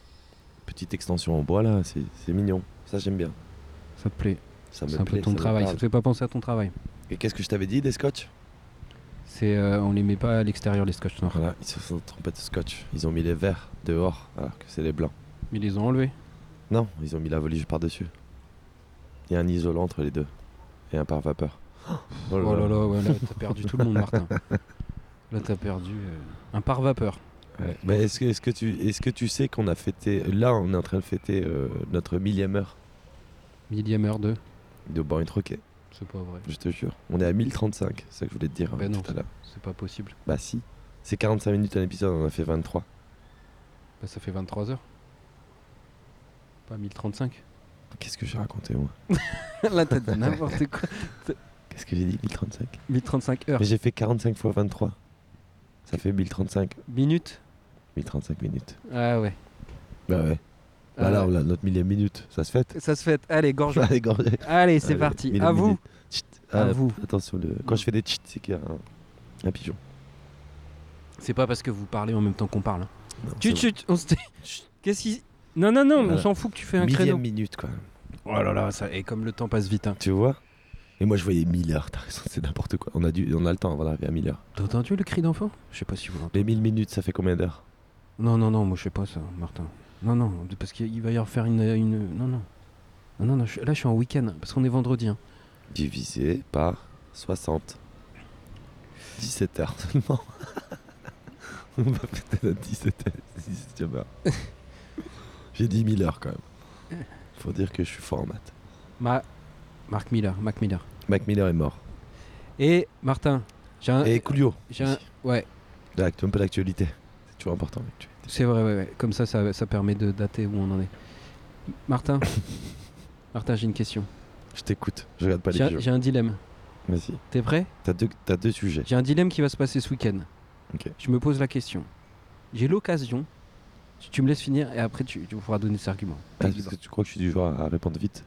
Speaker 2: Petite extension en bois, là, c'est c'est mignon. Ça, j'aime bien.
Speaker 1: Ça te plaît
Speaker 2: Ça me
Speaker 1: C'est un peu
Speaker 2: plaît,
Speaker 1: ton
Speaker 2: ça me
Speaker 1: travail. Ça
Speaker 2: parle.
Speaker 1: te fait pas penser à ton travail.
Speaker 2: Et qu'est-ce que je t'avais dit des scotch
Speaker 1: C'est euh, on les met pas à l'extérieur les scotch noirs.
Speaker 2: Voilà, ils se sont trompés de scotch. Ils ont mis les verts dehors, alors que c'est les blancs.
Speaker 1: Mais ils les ont enlevés.
Speaker 2: Non, ils ont mis la volige par-dessus. Il y a un isolant entre les deux. Et un pare-vapeur. Oh
Speaker 1: Oh
Speaker 2: là
Speaker 1: là
Speaker 2: là.
Speaker 1: là, ouais, là t'as perdu tout le monde *laughs* Martin. Là t'as perdu euh, un par vapeur.
Speaker 2: Ouais. Mais est-ce que, est-ce que tu est-ce que tu sais qu'on a fêté là on est en train de fêter euh, notre millième heure
Speaker 1: Millième heure 2.
Speaker 2: de Born Troquet,
Speaker 1: C'est pas vrai.
Speaker 2: je te jure. On est à 1035, c'est ça que je voulais te dire hein,
Speaker 1: Ben non.
Speaker 2: tout à l'heure.
Speaker 1: C'est pas possible.
Speaker 2: Bah si, c'est 45 minutes un épisode, on en a fait 23.
Speaker 1: Bah, ça fait 23 heures. Pas 1035.
Speaker 2: Qu'est-ce que j'ai raconté moi
Speaker 1: *laughs* Là t'as dit *laughs* n'importe quoi.
Speaker 2: Qu'est-ce que j'ai dit 1035
Speaker 1: 1035 heures.
Speaker 2: Mais j'ai fait 45 fois 23. Ça fait 1035,
Speaker 1: Minutes
Speaker 2: 1035 minutes.
Speaker 1: Ah ouais.
Speaker 2: Bah ouais. Bah
Speaker 1: Ah
Speaker 2: là,
Speaker 1: ouais.
Speaker 2: on a notre millième minute, ça se fête.
Speaker 1: Ça se fait. Allez, gorge.
Speaker 2: *laughs* Allez, gorgée.
Speaker 1: *laughs* Allez, c'est
Speaker 2: Allez,
Speaker 1: parti.
Speaker 2: millième
Speaker 1: À vous.
Speaker 2: minute. Chut.
Speaker 1: À
Speaker 2: Ah,
Speaker 1: vous.
Speaker 2: Attention, le- quand je fais des cheats, c'est qu'il y a un, un pigeon.
Speaker 1: C'est pas parce que vous parlez en même temps qu'on parle. hein.
Speaker 2: Non, c'est
Speaker 1: Chut,
Speaker 2: bon.
Speaker 1: chut, on se tait.
Speaker 2: Chut.
Speaker 1: Qu'est-ce qui. Non, non, non, on
Speaker 2: Voilà.
Speaker 1: s'en fout que tu fais un
Speaker 2: Euh, millième
Speaker 1: créneau.
Speaker 2: minute quoi.
Speaker 1: Oh là là, ça... et comme le temps passe vite. Hein.
Speaker 2: Tu vois Et moi je voyais 1000 heures, t'as raison, c'est n'importe quoi. On a, dû, on a le temps avant d'arriver à 1000 heures.
Speaker 1: T'as entendu le cri d'enfant Je sais pas si vous l'entendez.
Speaker 2: Les 1000 minutes, ça fait combien d'heures
Speaker 1: Non, non, non, moi je sais pas ça, Martin. Non, non, de- parce qu'il va y avoir faire une, une- Non, non. Non, non, non, je- là je suis en week-end, parce qu'on est vendredi. hein.
Speaker 2: Divisé par 60. 17 heures seulement. *laughs* on va peut-être à 17 heures. 17 *laughs* heures. J'ai dit 1000 heures quand même. Faut dire que je suis fort en maths.
Speaker 1: Ma... Marc Miller, Mac Miller.
Speaker 2: Mac Miller est mort.
Speaker 1: Et Martin, j'ai un.
Speaker 2: Et Coolio.
Speaker 1: Ah, euh, j'ai un- Ouais,
Speaker 2: Là, un peu l'actualité. C'est toujours important l'actualité.
Speaker 1: c'est vrai, ouais, ouais. Comme ça, ça, ça permet de dater où on en est.
Speaker 2: *laughs*
Speaker 1: Martin, Martin, j'ai une question.
Speaker 2: Je t'écoute, je regarde pas les
Speaker 1: J'ai un-
Speaker 2: pigeons.
Speaker 1: j'ai un dilemme.
Speaker 2: Vas-y.
Speaker 1: T'es prêt
Speaker 2: T'as deux, t'as deux sujets.
Speaker 1: J'ai un dilemme qui va se passer ce week-end.
Speaker 2: Ok.
Speaker 1: Je me pose la question. J'ai l'occasion. Tu, tu me laisses finir et après tu, tu pourras donner cet argument.
Speaker 2: Ah, parce que tu crois que je suis du genre à répondre vite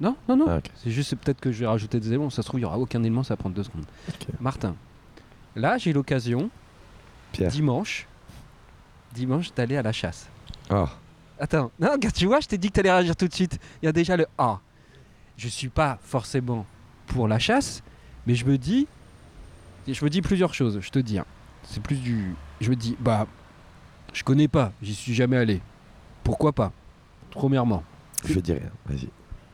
Speaker 1: Non, non, non.
Speaker 2: Ah, ok.
Speaker 1: Euh, C'est juste c'est peut-être que je vais rajouter des éléments. Ça se trouve, il n'y aura aucun élément, ça va prendre deux secondes.
Speaker 2: Ok.
Speaker 1: Martin, là, j'ai l'occasion,
Speaker 2: Pierre.
Speaker 1: dimanche, dimanche, d'aller à la chasse.
Speaker 2: Ah.
Speaker 1: Attends, non, regarde, tu vois, je t'ai dit que t'allais réagir tout de suite. Il y a déjà le Ah. Je suis pas forcément pour la chasse, mais je me dis, et je me dis plusieurs choses. Je te dis, hein. c'est plus du, je me dis, bah, je connais pas, j'y suis jamais allé. Pourquoi pas Premièrement.
Speaker 2: Je dis rien, vas-y.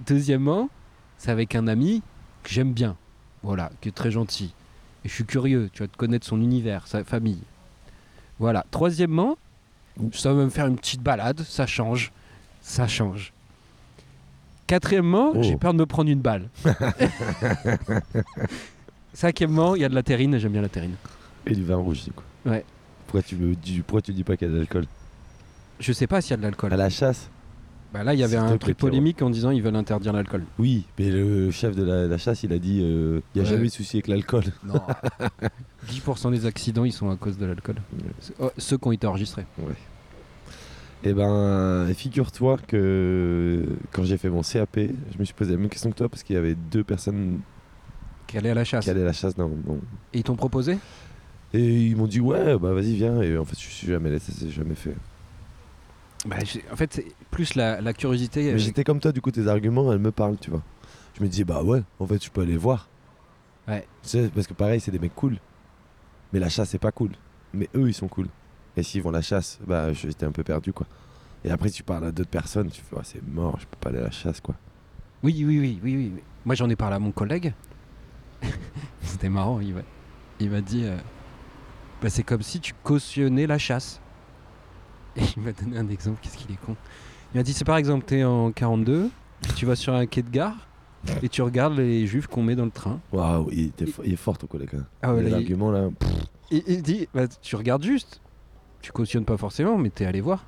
Speaker 1: Deuxièmement, c'est avec un ami que j'aime bien, voilà, qui est très gentil. Et je suis curieux, tu vois, de connaître son univers, sa famille. Voilà. Troisièmement, ça va me faire une petite balade, ça change, ça change. Quatrièmement,
Speaker 2: Oh.
Speaker 1: j'ai peur de me prendre une *laughs* balle. Cinquièmement, il y a de la terrine et j'aime bien la terrine.
Speaker 2: Et du vin rouge, c'est quoi
Speaker 1: Ouais.
Speaker 2: Pourquoi tu me dis, pourquoi tu dis pas qu'il y a de l'alcool
Speaker 1: Je sais pas s'il y a de l'alcool.
Speaker 2: À la chasse
Speaker 1: Bah là, il y avait
Speaker 2: S'il te
Speaker 1: un
Speaker 2: plaît,
Speaker 1: truc
Speaker 2: Pierrot.
Speaker 1: polémique en disant ils veulent interdire l'alcool.
Speaker 2: Oui, mais le chef de la, la chasse, il a dit, euh, il y a
Speaker 1: Ouais.
Speaker 2: jamais eu de souci avec l'alcool. *laughs*
Speaker 1: Non. 10% des accidents, ils sont à cause de l'alcool.
Speaker 2: Ouais.
Speaker 1: C'est- oh, ceux qui ont été enregistrés.
Speaker 2: Eh ben, figure-toi que quand j'ai fait mon CAP, je me suis posé la même question que toi parce qu'il y avait deux personnes
Speaker 1: Qu'elle est à la chasse.
Speaker 2: qui allaient à la chasse dans mon-
Speaker 1: Et ils t'ont proposé
Speaker 2: Et ils m'ont dit ouais bah vas-y viens et en fait je suis jamais allé ça s'est jamais fait.
Speaker 1: bah, j'ai- En fait, c'est plus la, la curiosité.
Speaker 2: Mais
Speaker 1: euh,
Speaker 2: j'étais comme toi du coup tes arguments elles me parlent tu vois. Je me dis bah ouais en fait je peux aller voir.
Speaker 1: Ouais.
Speaker 2: Tu sais, parce que pareil c'est des mecs cool. Mais la chasse c'est pas cool. Mais eux ils sont cool. Et s'ils vont à la chasse bah j'étais un peu perdu quoi. Et après tu parles à d'autres personnes tu fais ouais, c'est mort je peux pas aller à la chasse quoi.
Speaker 1: Oui, oui, oui, oui, oui. Moi, j'en ai parlé à mon collègue. *laughs* C'était marrant. Il m'a, il m'a dit, euh, Bah, c'est comme si tu cautionnais la chasse. Et il m'a donné un exemple. Qu'est-ce qu'il est con. Il m'a dit, c'est par exemple, t'es en 42, tu vas sur un quai de gare et tu regardes les juifs qu'on met dans le train.
Speaker 2: Waouh il, était fo- il est fort ton collègue. hein.
Speaker 1: Ah ouais,
Speaker 2: Les
Speaker 1: là, il,
Speaker 2: arguments là. pff,
Speaker 1: il- il dit, Bah, tu regardes juste. Tu cautionnes pas forcément, mais t'es allé voir.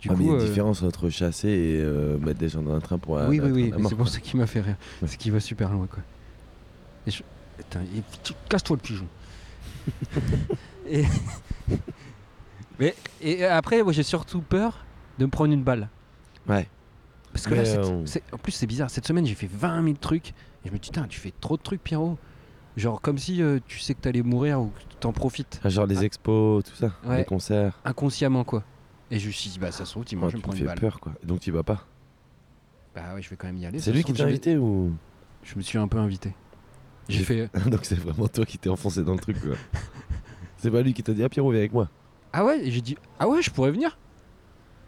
Speaker 1: Du
Speaker 2: ah, mais il bah, y a une
Speaker 1: euh,
Speaker 2: différence entre chasser et euh, mettre des gens dans un train pour aller
Speaker 1: Oui,
Speaker 2: à
Speaker 1: oui,
Speaker 2: la
Speaker 1: oui,
Speaker 2: train à
Speaker 1: mais
Speaker 2: mort,
Speaker 1: c'est pour
Speaker 2: quoi.
Speaker 1: ça qui m'a fait rire.
Speaker 2: Ouais.
Speaker 1: C'est qu'il va super loin, quoi. Et je... Putain, et- tu- casse-toi le
Speaker 2: *laughs*
Speaker 1: pigeon. et... *laughs* Mais, et après, moi j'ai surtout peur de me prendre une balle.
Speaker 2: Ouais.
Speaker 1: Parce que là,
Speaker 2: Mais,
Speaker 1: cette-
Speaker 2: euh, on-
Speaker 1: c'est- en plus, c'est bizarre. Cette semaine, j'ai fait 20 000 trucs. Et je me dis, putain, tu fais trop de trucs, Pierrot. Genre, comme si euh, tu sais que t'allais mourir ou que tu t'en profites.
Speaker 2: Ah, Genre les expos, tout ça,
Speaker 1: Ouais.
Speaker 2: les concerts.
Speaker 1: Inconsciemment, quoi. Et je me suis dit, bah, ça se trouve,
Speaker 2: Ouais,
Speaker 1: dimanche, je
Speaker 2: tu
Speaker 1: me
Speaker 2: me
Speaker 1: prends
Speaker 2: fais
Speaker 1: une balle.
Speaker 2: peur quoi. Donc tu y vas pas.
Speaker 1: Bah ouais, je vais quand même y aller.
Speaker 2: C'est
Speaker 1: Ça
Speaker 2: lui
Speaker 1: se
Speaker 2: qui
Speaker 1: trouve,
Speaker 2: t'a
Speaker 1: je vais-
Speaker 2: invité ou
Speaker 1: Je me suis un peu invité. J'ai
Speaker 2: J'ai-
Speaker 1: fait.
Speaker 2: *laughs* Donc c'est vraiment toi qui t'es enfoncé dans le truc quoi. c'est pas lui qui t'a dit ah Pierrot viens avec moi.
Speaker 1: Ah ouais, et j'ai dit ah ouais, je pourrais venir.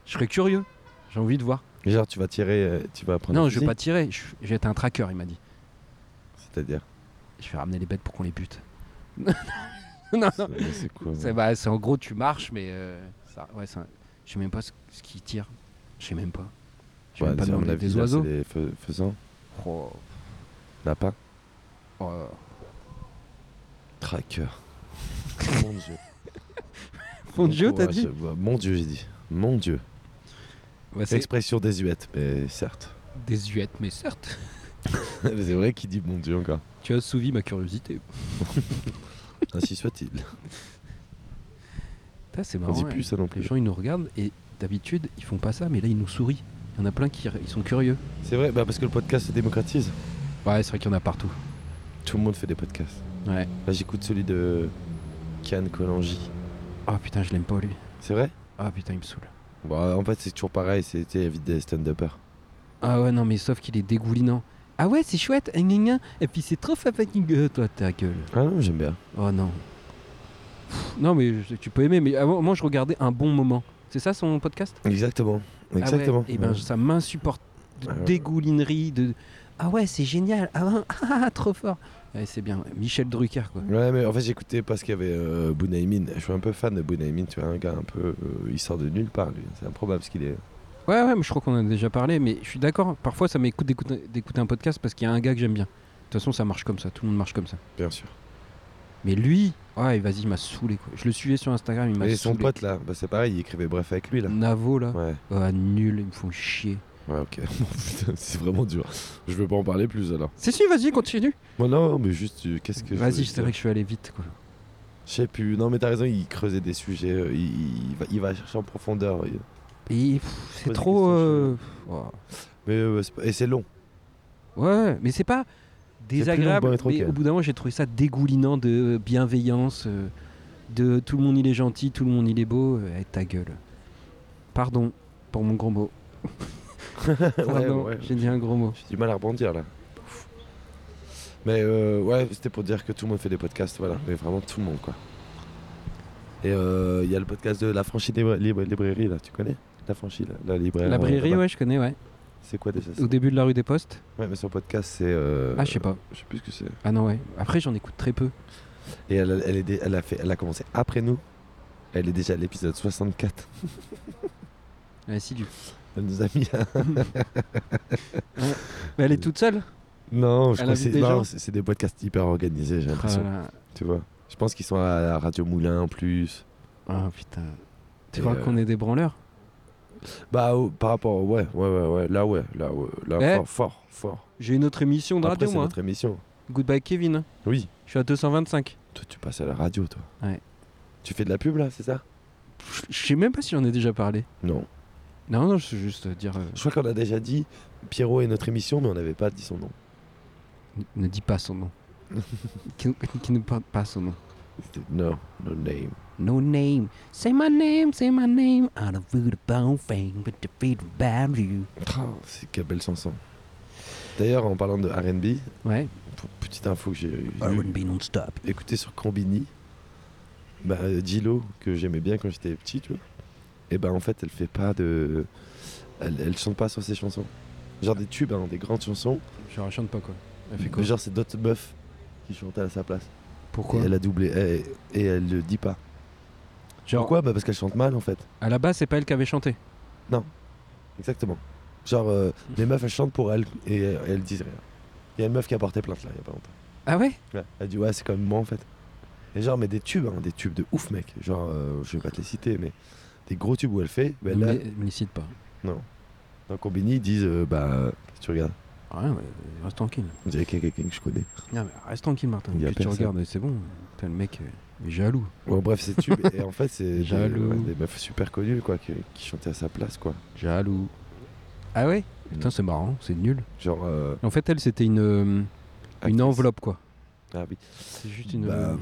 Speaker 1: Je serais curieux. J'ai envie de voir.
Speaker 2: Et Genre tu vas tirer, euh, tu vas prendre.
Speaker 1: non,
Speaker 2: un
Speaker 1: je vais
Speaker 2: fusil
Speaker 1: pas tirer. Je, je vais être un traqueur, il m'a dit.
Speaker 2: C'est-à-dire.
Speaker 1: Je vais ramener les bêtes pour qu'on les bute. *laughs* non, non.
Speaker 2: C'est c'est quoi
Speaker 1: C'est
Speaker 2: ouais.
Speaker 1: bah, c'est en gros, tu marches, mais euh, ça, ouais, c'est un- je sais même pas ce, ce qu'ils tirent. Je sais même pas. Je
Speaker 2: Ouais,
Speaker 1: sais même pas
Speaker 2: Bah, c'est- à mon
Speaker 1: demander
Speaker 2: avis,
Speaker 1: des
Speaker 2: là, c'est
Speaker 1: oiseaux.
Speaker 2: Les fe- faisans,
Speaker 1: Oh,
Speaker 2: lapins,
Speaker 1: oh.
Speaker 2: tracker.
Speaker 1: *laughs*
Speaker 2: Mon dieu.
Speaker 1: Mon dieu, t'as
Speaker 2: courage.
Speaker 1: dit
Speaker 2: Ouais, Mon dieu, j'ai dit. Mon dieu.
Speaker 1: Bah, C'est
Speaker 2: Expression désuète, mais certes. *laughs*
Speaker 1: des huettes, mais certes.
Speaker 2: Mais c'est vrai qu'il dit mon dieu encore. Ah,
Speaker 1: Tu as souvi ma curiosité.
Speaker 2: Ainsi soit-il.
Speaker 1: Putain, C'est
Speaker 2: On
Speaker 1: marrant.
Speaker 2: dit
Speaker 1: ouais.
Speaker 2: plus ça non
Speaker 1: Les
Speaker 2: plus.
Speaker 1: gens, ils nous regardent et d'habitude, ils font pas ça, mais là, ils nous sourient. Il y en a plein qui ils sont curieux.
Speaker 2: C'est vrai, bah parce que le podcast se démocratise.
Speaker 1: Ouais, c'est vrai qu'il y en a partout.
Speaker 2: Tout le monde fait des podcasts.
Speaker 1: Ouais.
Speaker 2: Là, j'écoute celui de Can Colangi.
Speaker 1: Ah putain, je l'aime pas lui.
Speaker 2: C'est vrai
Speaker 1: Ah putain, il me saoule.
Speaker 2: Bon, Bah, en fait, c'est toujours pareil, c'était vite des stand-uppers.
Speaker 1: Ah ouais, non, mais sauf qu'il est dégoulinant. Ah ouais, c'est chouette, hein, gna, gna. et puis c'est trop fatigueux, toi, ta gueule.
Speaker 2: Ah non, j'aime bien.
Speaker 1: Oh non. Pff, Non, mais je- tu peux aimer, mais avant, moi je regardais Un Bon Moment. C'est ça son podcast
Speaker 2: Exactement. Exactement.
Speaker 1: Et ben
Speaker 2: Ouais.
Speaker 1: ça m'insupporte. De
Speaker 2: Ouais, ouais.
Speaker 1: dégoulinaderie, de. Ah ouais, c'est génial, ah, ouais, *laughs* ah, ah, trop fort. Ouais, c'est bien, Michel Drucker, quoi.
Speaker 2: Ouais, mais en fait, j'écoutais parce qu'il y avait euh, Bunaimin. Je suis un peu fan de Bunaimin, tu vois, un gars un peu. euh, il sort de nulle part, lui. C'est improbable ce qu'il est.
Speaker 1: Ouais, ouais, mais je crois qu'on en a déjà parlé, mais je suis d'accord. Parfois ça m'écoute d'écouter d'écouter un podcast parce qu'il y a un gars que j'aime bien. De toute façon, ça marche comme ça, tout le monde marche comme ça.
Speaker 2: Bien sûr.
Speaker 1: Mais lui, ouais, vas-y, il m'a saoulé quoi. Je le suivais sur Instagram, il m'a
Speaker 2: Et
Speaker 1: saoulé.
Speaker 2: son pote, là, bah, c'est pareil, il écrivait bref avec lui, là.
Speaker 1: Navo là,
Speaker 2: Ouais,
Speaker 1: Ah, nul, ils me font chier.
Speaker 2: Mm. ouais, ok. *laughs* Bon, putain, c'est vraiment dur. Je veux pas en parler plus alors.
Speaker 1: Si, si, vas-y, continue.
Speaker 2: Bon, non, mais juste, euh, qu'est-ce que. je voulais
Speaker 1: Vas-y, c'est
Speaker 2: dire
Speaker 1: vrai que je suis allé vite quoi.
Speaker 2: Je sais plus. Non, mais t'as raison, il creusait des sujets. euh, Il, il va, il va chercher en profondeur. il-
Speaker 1: Et pff, c'est
Speaker 2: Pose des
Speaker 1: trop.
Speaker 2: questions
Speaker 1: euh, oh.
Speaker 2: Mais euh, c'est pas- et c'est long.
Speaker 1: Ouais, mais c'est pas
Speaker 2: long,
Speaker 1: désagréable.
Speaker 2: bon, être
Speaker 1: mais
Speaker 2: ok.
Speaker 1: au bout d'un moment, j'ai trouvé ça dégoulinant de bienveillance, euh, de tout le monde il est gentil, tout le monde il est beau. euh, eh, ta gueule. Pardon pour mon gros mot. Pardon,
Speaker 2: *laughs* ouais.
Speaker 1: j'ai dit un gros mot.
Speaker 2: J'ai du mal à rebondir là. Mais euh, ouais, c'était pour dire que tout le monde fait des podcasts, voilà. Mais vraiment tout le monde quoi. Et euh, il y a le podcast de la franchise libra- libra- librairie là, tu connais La franchise, la- la librairie.
Speaker 1: La brierie,
Speaker 2: là-bas.
Speaker 1: ouais, je connais, ouais.
Speaker 2: C'est quoi déjà ça
Speaker 1: Au début de la rue des Postes.
Speaker 2: Ouais, mais son podcast c'est. euh,
Speaker 1: Ah, je sais pas.
Speaker 2: Je sais plus ce que c'est.
Speaker 1: Ah non, ouais. Après, j'en écoute très peu.
Speaker 2: Et elle, a- elle est dé- elle a fait, elle a commencé après nous. Elle est déjà à l'épisode 64. *laughs*
Speaker 1: Ouais, si, du.
Speaker 2: Elle nous a mis un-
Speaker 1: Mais elle est toute seule.
Speaker 2: Non, je
Speaker 1: Elle
Speaker 2: crois que
Speaker 1: invite
Speaker 2: c'est
Speaker 1: des
Speaker 2: non,
Speaker 1: gens
Speaker 2: c'est- c'est des podcasts hyper organisés, j'ai
Speaker 1: Ah,
Speaker 2: l'impression.
Speaker 1: là.
Speaker 2: Tu vois Je pense qu'ils sont à la Radio Moulin en plus.
Speaker 1: Ah, putain. Tu
Speaker 2: Et,
Speaker 1: crois
Speaker 2: euh,
Speaker 1: qu'on est des branleurs
Speaker 2: Bah, au- par rapport. au- Ouais, ouais, ouais, ouais. Là, ouais. Là, ouais, là
Speaker 1: Eh
Speaker 2: fort, fort, fort.
Speaker 1: J'ai une autre émission de
Speaker 2: Après,
Speaker 1: radio,
Speaker 2: c'est
Speaker 1: moi. hein.
Speaker 2: notre émission.
Speaker 1: Goodbye Kevin.
Speaker 2: Oui.
Speaker 1: Je suis à 225.
Speaker 2: Toi, tu passes à la radio, toi.
Speaker 1: Ouais.
Speaker 2: Tu fais de la pub, là, c'est ça
Speaker 1: Pff, Je sais même pas si j'en ai déjà parlé.
Speaker 2: Non.
Speaker 1: Non, non, c'est juste dire. euh,
Speaker 2: Je crois qu'on a déjà dit Pierrot et notre émission, mais on n'avait pas dit son nom.
Speaker 1: n- ne dis pas *laughs* son nom. qui, qui ne parle pas son nom.
Speaker 2: C'était No, no name.
Speaker 1: No name. Say my name, say my name. I don't feel the bone thing, but the feel about you.
Speaker 2: Ah, c'est quelle belle chanson. D'ailleurs, en parlant de RB,
Speaker 1: Ouais.
Speaker 2: pour- petite info que j'ai eue,
Speaker 1: R&B non-stop.
Speaker 2: écoutée sur Combini, bah, Gillo, que j'aimais bien quand j'étais petit, tu vois, et ben en fait, elle fait pas de. Elle, elle chante pas sur ses chansons. Genre des tubes, hein, des grandes chansons.
Speaker 1: Je la chante pas, quoi. Elle fait
Speaker 2: Mais
Speaker 1: quoi
Speaker 2: genre, c'est d'autres meufs qui chantaient à sa place.
Speaker 1: Pourquoi
Speaker 2: et elle a doublé. Et, et elle le dit pas.
Speaker 1: Genre,
Speaker 2: Pourquoi bah Parce qu'elle chante mal en fait.
Speaker 1: à la base, c'est pas elle qui avait chanté.
Speaker 2: Exactement. Genre, euh, les meufs, elles chantent pour elles et elles, elles disent rien. Il y a une meuf qui a porté plainte là, il y a pas longtemps.
Speaker 1: Ah ouais
Speaker 2: Ouais, Elle dit ouais c'est quand même moi en fait. Et genre mais des tubes, hein, des tubes de ouf mec. Genre euh, je vais pas te les citer mais des gros tubes où elle fait. bah,
Speaker 1: Ne
Speaker 2: là,
Speaker 1: me- me les cite pas.
Speaker 2: dans Combini ils disent euh, bah euh, tu regardes.
Speaker 1: Ah, Ouais, mais reste tranquille.
Speaker 2: On dirait qu'il y a quelqu'un que je connais.
Speaker 1: Non, mais reste tranquille, Martin.
Speaker 2: Il y a
Speaker 1: Que tu
Speaker 2: personne.
Speaker 1: regardes, c'est bon. Putain, le mec euh, il est jaloux.
Speaker 2: Bon bref ces tubes et en fait c'est des,
Speaker 1: Jaloux.
Speaker 2: ouais, des meufs super connues quoi qui, qui chantaient à sa place quoi.
Speaker 1: Jaloux. Ah ouais
Speaker 2: Mm.
Speaker 1: Putain, c'est marrant, c'est nul.
Speaker 2: Genre euh,
Speaker 1: En fait, elle, c'était une, euh,
Speaker 2: actrice.
Speaker 1: une enveloppe, quoi.
Speaker 2: Ah oui.
Speaker 1: C'est juste une.
Speaker 2: Bah,
Speaker 1: euh,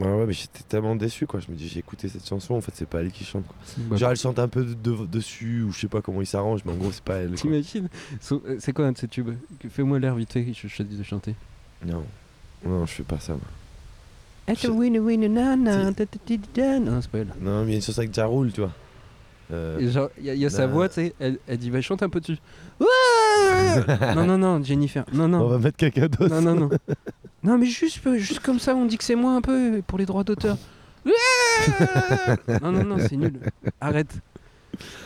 Speaker 2: Ouais, ouais, mais j'étais tellement déçu quoi. Je me dis j'ai écouté cette chanson en fait c'est pas elle qui chante. quoi.
Speaker 1: bah,
Speaker 2: Genre elle chante un peu de- de- dessus ou je sais pas comment ils s'arrangent mais en gros c'est pas elle.
Speaker 1: *laughs*
Speaker 2: quoi.
Speaker 1: T'imagines So- euh, C'est quoi un de ces tubes Fais-moi l'air vite fait, je je te dis de chanter.
Speaker 2: Non non je fais pas ça. moi.
Speaker 1: It's a
Speaker 2: Je-
Speaker 1: winner, winner, nana, ta, ta, ta, ta, ta. Non, c'est pas elle.
Speaker 2: Non mais il y a une chanson avec Ja Rule, tu vois. Euh,
Speaker 1: Et genre, il y a, il y a sa
Speaker 2: na-
Speaker 1: voix, tu sais, elle, elle dit, va, chante un peu dessus. Ouais *laughs* non, non, non, Jennifer. Non, non. *laughs*
Speaker 2: On va mettre quelqu'un d'autre.
Speaker 1: Non, non, non. Non, mais juste, peu- juste comme ça, on dit que c'est moi un peu pour les droits d'auteur. Ouais non, non, non, c'est nul. Arrête.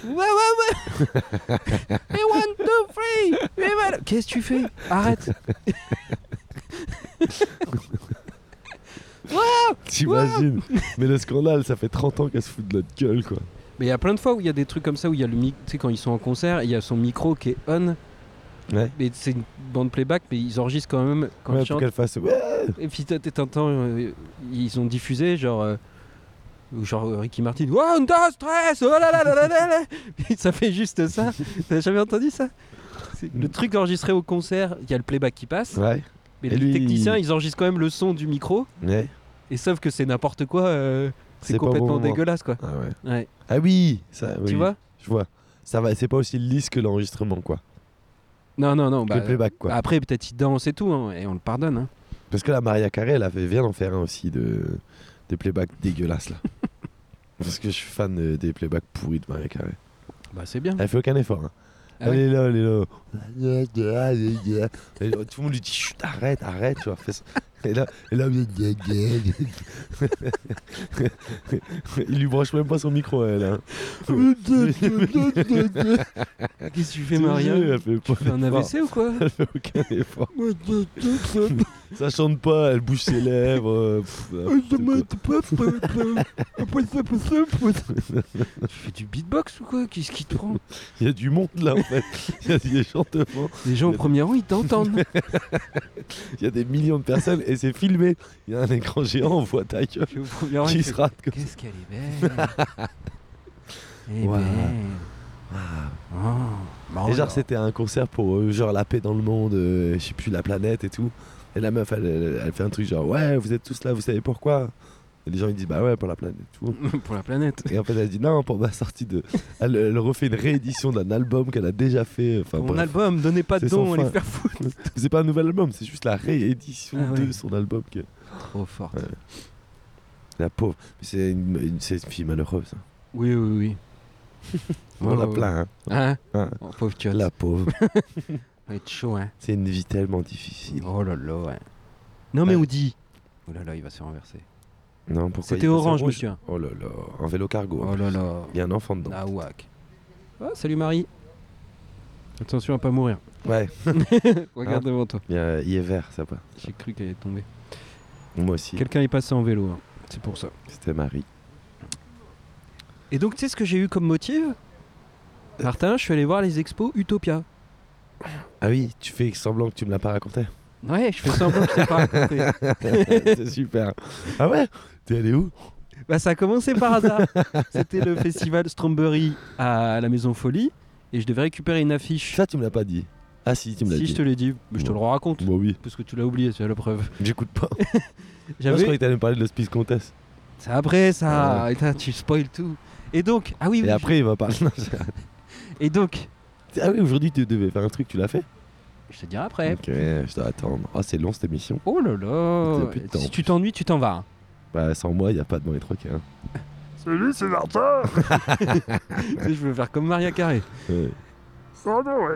Speaker 1: Ouais, ouais, ouais. *laughs* Et one, two, three. Et voilà. Qu'est-ce que tu fais Arrête.
Speaker 2: T'imagines Mais le scandale, ça fait 30 ans qu'elle se fout de notre gueule, quoi.
Speaker 1: Mais il y a plein de fois où il y a des trucs comme ça où il y a le mic, tu sais, quand ils sont en concert, il y a son micro qui est on.
Speaker 2: Ouais.
Speaker 1: Mais c'est une bande playback, mais ils enregistrent quand même quand
Speaker 2: ouais,
Speaker 1: ils
Speaker 2: pour
Speaker 1: chantent.
Speaker 2: qu'elle fasse. Ouais.
Speaker 1: Et puis t'as- t'as- t'entends, euh, ils ont diffusé genre. euh, ou genre euh, Ricky Martin, One, deux, stress, oh là là là là là là Ça fait juste
Speaker 2: *laughs*
Speaker 1: ça. T'as jamais entendu ça C'est Le truc enregistré au concert, il y a le playback qui passe,
Speaker 2: Mm. Ouais.
Speaker 1: mais les
Speaker 2: Et lui,
Speaker 1: techniciens ils enregistrent quand même le son du micro,
Speaker 2: Ouais.
Speaker 1: et sauf que c'est n'importe quoi, euh, c'est
Speaker 2: C'est pas au bon
Speaker 1: complètement
Speaker 2: moment.
Speaker 1: dégueulasse quoi.
Speaker 2: Ah ouais.
Speaker 1: Ouais.
Speaker 2: Ah oui, ça, oui,
Speaker 1: Tu vois
Speaker 2: Je vois. Ça va, c'est pas aussi lisse que l'enregistrement, quoi.
Speaker 1: Non, non, non.
Speaker 2: Que
Speaker 1: bah,
Speaker 2: le playback, quoi.
Speaker 1: Après, peut-être il danse et tout, hein, et on le pardonne. hein.
Speaker 2: Parce que la Maria Carré, elle a fait, vient d'en faire un aussi de, de playback
Speaker 1: *laughs*
Speaker 2: dégueulasse, là. Parce que je suis fan euh, des playbacks pourris de Maria Carré.
Speaker 1: Bah, c'est
Speaker 2: *laughs*
Speaker 1: bien.
Speaker 2: Elle fait aucun effort. hein.
Speaker 1: Ah
Speaker 2: elle
Speaker 1: ouais
Speaker 2: est là, elle
Speaker 1: *laughs*
Speaker 2: est là. Et tout le monde lui dit Chut, arrête, arrête, tu vois. Fais ça. Et là, et là, il lui branche même pas son micro, elle. Hein.
Speaker 1: Ah Qu'est-ce que tu fais,
Speaker 2: C'est
Speaker 1: Maria
Speaker 2: vrai, Elle fait, pas
Speaker 1: Tu fais un
Speaker 2: d'effort.
Speaker 1: AVC ou
Speaker 2: *laughs*
Speaker 1: quoi
Speaker 2: Elle fait aucun effort. Ça chante pas, elle bouge ses lèvres. euh, pff,
Speaker 1: Ah,
Speaker 2: n'importe quoi.
Speaker 1: Tu fais du beatbox ou quoi Qu'est-ce qui te prend
Speaker 2: Il y a du monde là en fait. Il y a des gens devant.
Speaker 1: Les gens au premier rang, ils
Speaker 2: *laughs*
Speaker 1: t'entendent.
Speaker 2: Il y a des millions de personnes et c'est filmé. Il y a un écran géant, on voit ta gueule
Speaker 1: Tu es au premier rang,
Speaker 2: qui
Speaker 1: tu
Speaker 2: se
Speaker 1: fais,
Speaker 2: rate comme
Speaker 1: Qu'est-ce qu'elle est belle Elle est
Speaker 2: Waouh.
Speaker 1: belle. Oh,
Speaker 2: Et
Speaker 1: Maria.
Speaker 2: genre c'était un concert pour euh, genre la paix dans le monde, euh, je sais plus la planète et tout. Et la meuf elle, elle- elle fait un truc genre ouais vous êtes tous là, vous savez pourquoi Et les gens ils disent bah ouais pour la planète et tout.
Speaker 1: *laughs* Pour la planète.
Speaker 2: Et en fait elle dit non pour ma sortie de... Elle, elle refait une réédition d'un album qu'elle a déjà fait. euh, Enfin
Speaker 1: Mon
Speaker 2: Oh, bref.
Speaker 1: album, donnez pas de
Speaker 2: C'est sans
Speaker 1: dons, allez
Speaker 2: fin.
Speaker 1: faire
Speaker 2: *laughs*
Speaker 1: foutre.
Speaker 2: c'est pas un nouvel album, c'est juste la réédition
Speaker 1: Ah ouais.
Speaker 2: de son album. Que...
Speaker 1: Trop forte.
Speaker 2: Ouais. La pauvre. Mais c'est une, une- c'est une fille malheureuse. hein.
Speaker 1: Oui, oui, oui.
Speaker 2: *laughs* On
Speaker 1: Oh,
Speaker 2: la
Speaker 1: ouais.
Speaker 2: plaint. hein.
Speaker 1: Hein
Speaker 2: Hein.
Speaker 1: Oh, pauvre tiotte. *laughs*
Speaker 2: La pauvre.
Speaker 1: Ça va être chaud, hein.
Speaker 2: c'est une vie tellement difficile.
Speaker 1: Oh là là, ouais. Non, mais
Speaker 2: Ouais.
Speaker 1: Audi. Oh là là, il va se renverser.
Speaker 2: Non, pourquoi il
Speaker 1: C'était
Speaker 2: est passé en
Speaker 1: orange,
Speaker 2: rouge
Speaker 1: monsieur.
Speaker 2: Oh là là, un vélo cargo.
Speaker 1: Oh là là.
Speaker 2: Il y a un enfant dedans.
Speaker 1: Nawak. Oh, salut Marie. Attention à pas mourir.
Speaker 2: Ouais.
Speaker 1: Regarde
Speaker 2: Hein?
Speaker 1: devant toi.
Speaker 2: Il, y a- il est vert, ça va.
Speaker 1: J'ai cru qu'elle allait tomber.
Speaker 2: Moi aussi.
Speaker 1: Quelqu'un est passé en vélo, hein. c'est pour ça.
Speaker 2: C'était Marie.
Speaker 1: Et donc, tu sais ce que j'ai eu comme motif Martin, je suis allé voir les expos Utopia.
Speaker 2: Ah oui, tu fais semblant que tu me l'as pas raconté. *laughs*
Speaker 1: Ouais, je fais semblant que je t'ai pas raconté.
Speaker 2: C'est super. Ah ouais T'es allé où
Speaker 1: Bah, ça a commencé par hasard. C'était le festival Stromberry à la Maison Folie et je devais récupérer une affiche.
Speaker 2: Ça, tu me l'as pas dit. Ah si, tu me l'as
Speaker 1: Si
Speaker 2: dit.
Speaker 1: je te l'ai dit, mais je te le raconte
Speaker 2: Bah oui,
Speaker 1: parce que tu l'as oublié, c'est la preuve.
Speaker 2: j'écoute *laughs* pas. Moi, je
Speaker 1: J'avais.
Speaker 2: croyais que t'allais me parler de le Spice Contest.
Speaker 1: C'est après ça. Putain, tu spoil tout. Et donc, ah oui, oui,
Speaker 2: Et après, il va parler.
Speaker 1: je- et donc,
Speaker 2: *laughs* ah oui, aujourd'hui, tu devais faire un truc, tu l'as fait
Speaker 1: je te dirai après.
Speaker 2: Ok, je dois attendre. Ah, c'est long cette émission.
Speaker 1: Oh là
Speaker 2: Il y
Speaker 1: là.
Speaker 2: a plus de temps, en
Speaker 1: Si tu t'ennuies, tu t'en vas.
Speaker 2: *laughs*
Speaker 1: hein.
Speaker 2: Bah, sans moi, il a pas de mauvais trucs. Hein.
Speaker 3: Salut, c'est
Speaker 2: *laughs*
Speaker 3: Martin
Speaker 1: Tu sais, je veux faire comme Maria Carré.
Speaker 2: Ouais.
Speaker 3: Oh non, ouais.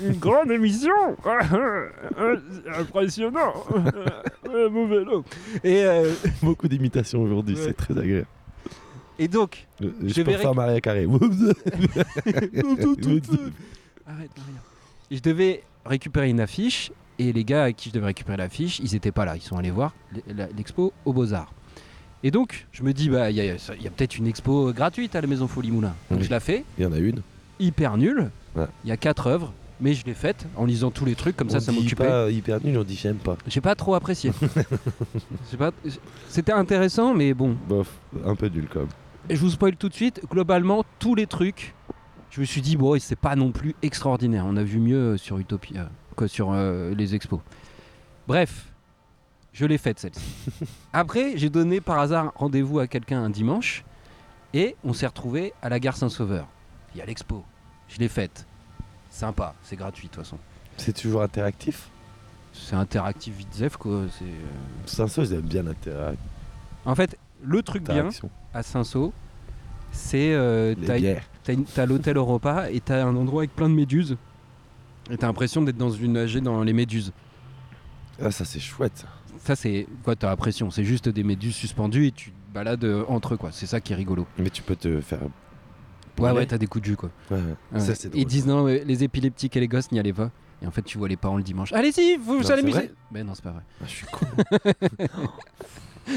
Speaker 3: une, une grande émission *laughs* Euh, Impressionnant *laughs*
Speaker 1: Euh, mon vélo. Et, euh,
Speaker 2: *laughs* Beaucoup d'imitations aujourd'hui,
Speaker 1: Ouais.
Speaker 2: c'est très agréable.
Speaker 1: et donc,
Speaker 2: Je, je
Speaker 1: Je
Speaker 2: peux
Speaker 1: verrai
Speaker 2: faire Maria Carré. *laughs*
Speaker 1: *laughs* Arrête, Maria. Je devais récupérer une affiche et les gars à qui je devais récupérer l'affiche, ils étaient pas là. Ils sont allés voir l- la- l'expo aux Beaux-Arts. Et donc, je me dis, bah, il y a, il y a peut-être une expo gratuite à la Maison Folie Moulin. Donc,
Speaker 2: Oui.
Speaker 1: je la fais,
Speaker 2: il y en a une.
Speaker 1: hyper nulle. Il
Speaker 2: Ouais.
Speaker 1: y a quatre œuvres, mais je l'ai faite en lisant tous les trucs, comme ça,
Speaker 2: On
Speaker 1: ça
Speaker 2: dit
Speaker 1: m'occupait.
Speaker 2: pas hyper nul, on dit j'aime pas.
Speaker 1: J'ai pas trop
Speaker 2: *laughs*
Speaker 1: apprécié. J'ai pas- C'était intéressant, mais bon.
Speaker 2: Bof, un peu nul quand même.
Speaker 1: Et je vous spoil tout de suite, globalement, tous les trucs, je me suis dit, bon, c'est pas non plus extraordinaire. On a vu mieux euh, sur Utopia euh, que sur euh, les expos. Bref, je l'ai faite celle-ci. Après, j'ai donné par hasard rendez-vous à quelqu'un un dimanche et on s'est retrouvé à la gare Saint-Sauveur. Il y a l'expo, je l'ai faite. Sympa, c'est gratuit de toute façon.
Speaker 2: C'est toujours interactif
Speaker 1: C'est interactif vite zef, quoi. c'est, euh,
Speaker 2: Saint-Saul, ils aiment bien l'interaction.
Speaker 1: En fait, le truc bien à Saint-Saul, c'est euh,
Speaker 2: Les
Speaker 1: t'as-
Speaker 2: bières.
Speaker 1: T'as, une- t'as l'hôtel Europa et t'as un endroit avec plein de méduses. Et t'as l'impression d'être dans une nager dans les méduses.
Speaker 2: Ah, ça c'est chouette. ça.
Speaker 1: Ça, c'est quoi T'as l'impression C'est juste des méduses suspendues et tu te balades euh, entre eux, quoi. C'est ça qui est rigolo.
Speaker 2: Mais tu peux te faire.
Speaker 1: Ouais,
Speaker 2: brûler.
Speaker 1: ouais, t'as des coups de jus, quoi.
Speaker 2: Ouais, ouais.
Speaker 1: Ouais.
Speaker 2: Ça c'est drôle.
Speaker 1: Ils disent non, ouais, les épileptiques et les gosses, n'y allez pas. Et en fait, tu vois les parents le dimanche. Allez-y, vous, vous
Speaker 2: Non,
Speaker 1: allez
Speaker 2: c'est
Speaker 1: musée
Speaker 2: vrai
Speaker 1: Mais non, c'est pas vrai.
Speaker 2: Ah, je suis con.
Speaker 1: *laughs*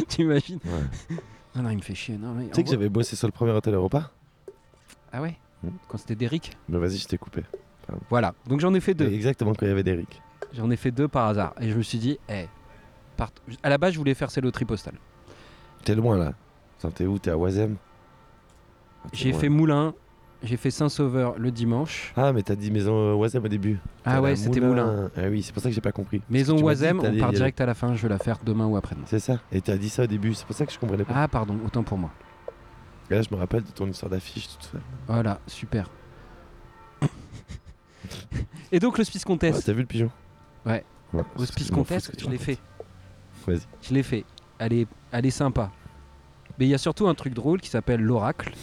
Speaker 1: T'imagines
Speaker 2: Ouais.
Speaker 1: *laughs* Non, non, il me fait chier. Non, mais
Speaker 2: tu
Speaker 1: en
Speaker 2: sais que
Speaker 1: gros-
Speaker 2: j'avais bossé sur le premier hôtel Europa
Speaker 1: Ah ouais
Speaker 2: Hmm.
Speaker 1: Quand c'était d'Eric
Speaker 2: Mais vas-y, je t'ai coupé.
Speaker 1: Voilà. Donc j'en ai fait deux.
Speaker 2: Exactement quand il y avait d'Eric.
Speaker 1: J'en ai fait deux par hasard. Et je me suis dit, eh, part- à la base, je voulais faire ces loteries postales.
Speaker 2: T'es loin là. Attends, t'es où T'es à Wazem Ah, t'es
Speaker 1: J'ai
Speaker 2: loin.
Speaker 1: fait Moulin, j'ai fait Saint-Sauveur le dimanche.
Speaker 2: Ah, mais t'as dit maison euh, Wazem au début.
Speaker 1: Ah
Speaker 2: T'as
Speaker 1: ouais,
Speaker 2: la
Speaker 1: c'était Moulin.
Speaker 2: Ah oui, c'est pour ça que j'ai pas compris.
Speaker 1: Maison
Speaker 2: tu m'as
Speaker 1: Oisem,
Speaker 2: dit que
Speaker 1: on
Speaker 2: t'allais
Speaker 1: part
Speaker 2: y
Speaker 1: direct à la fin, je vais la faire demain ou après-demain.
Speaker 2: C'est ça. Et t'as dit ça au début, c'est pour ça que je comprenais pas.
Speaker 1: Ah pardon, autant pour moi.
Speaker 2: Et là, je me rappelle de ton histoire d'affiche, tout ça.
Speaker 1: Voilà, super. *laughs* Et donc le Spice Contest,
Speaker 2: Ouais, t'as vu le pigeon
Speaker 1: Ouais.
Speaker 2: Ouais,
Speaker 1: le
Speaker 2: parce que
Speaker 1: Spice
Speaker 2: je m'en fous
Speaker 1: Contest,
Speaker 2: ce que tu
Speaker 1: je l'ai fait.
Speaker 2: racontes. Vas-y.
Speaker 1: Je l'ai fait. Elle est, elle est sympa. Mais il y a surtout un truc drôle qui s'appelle l'oracle.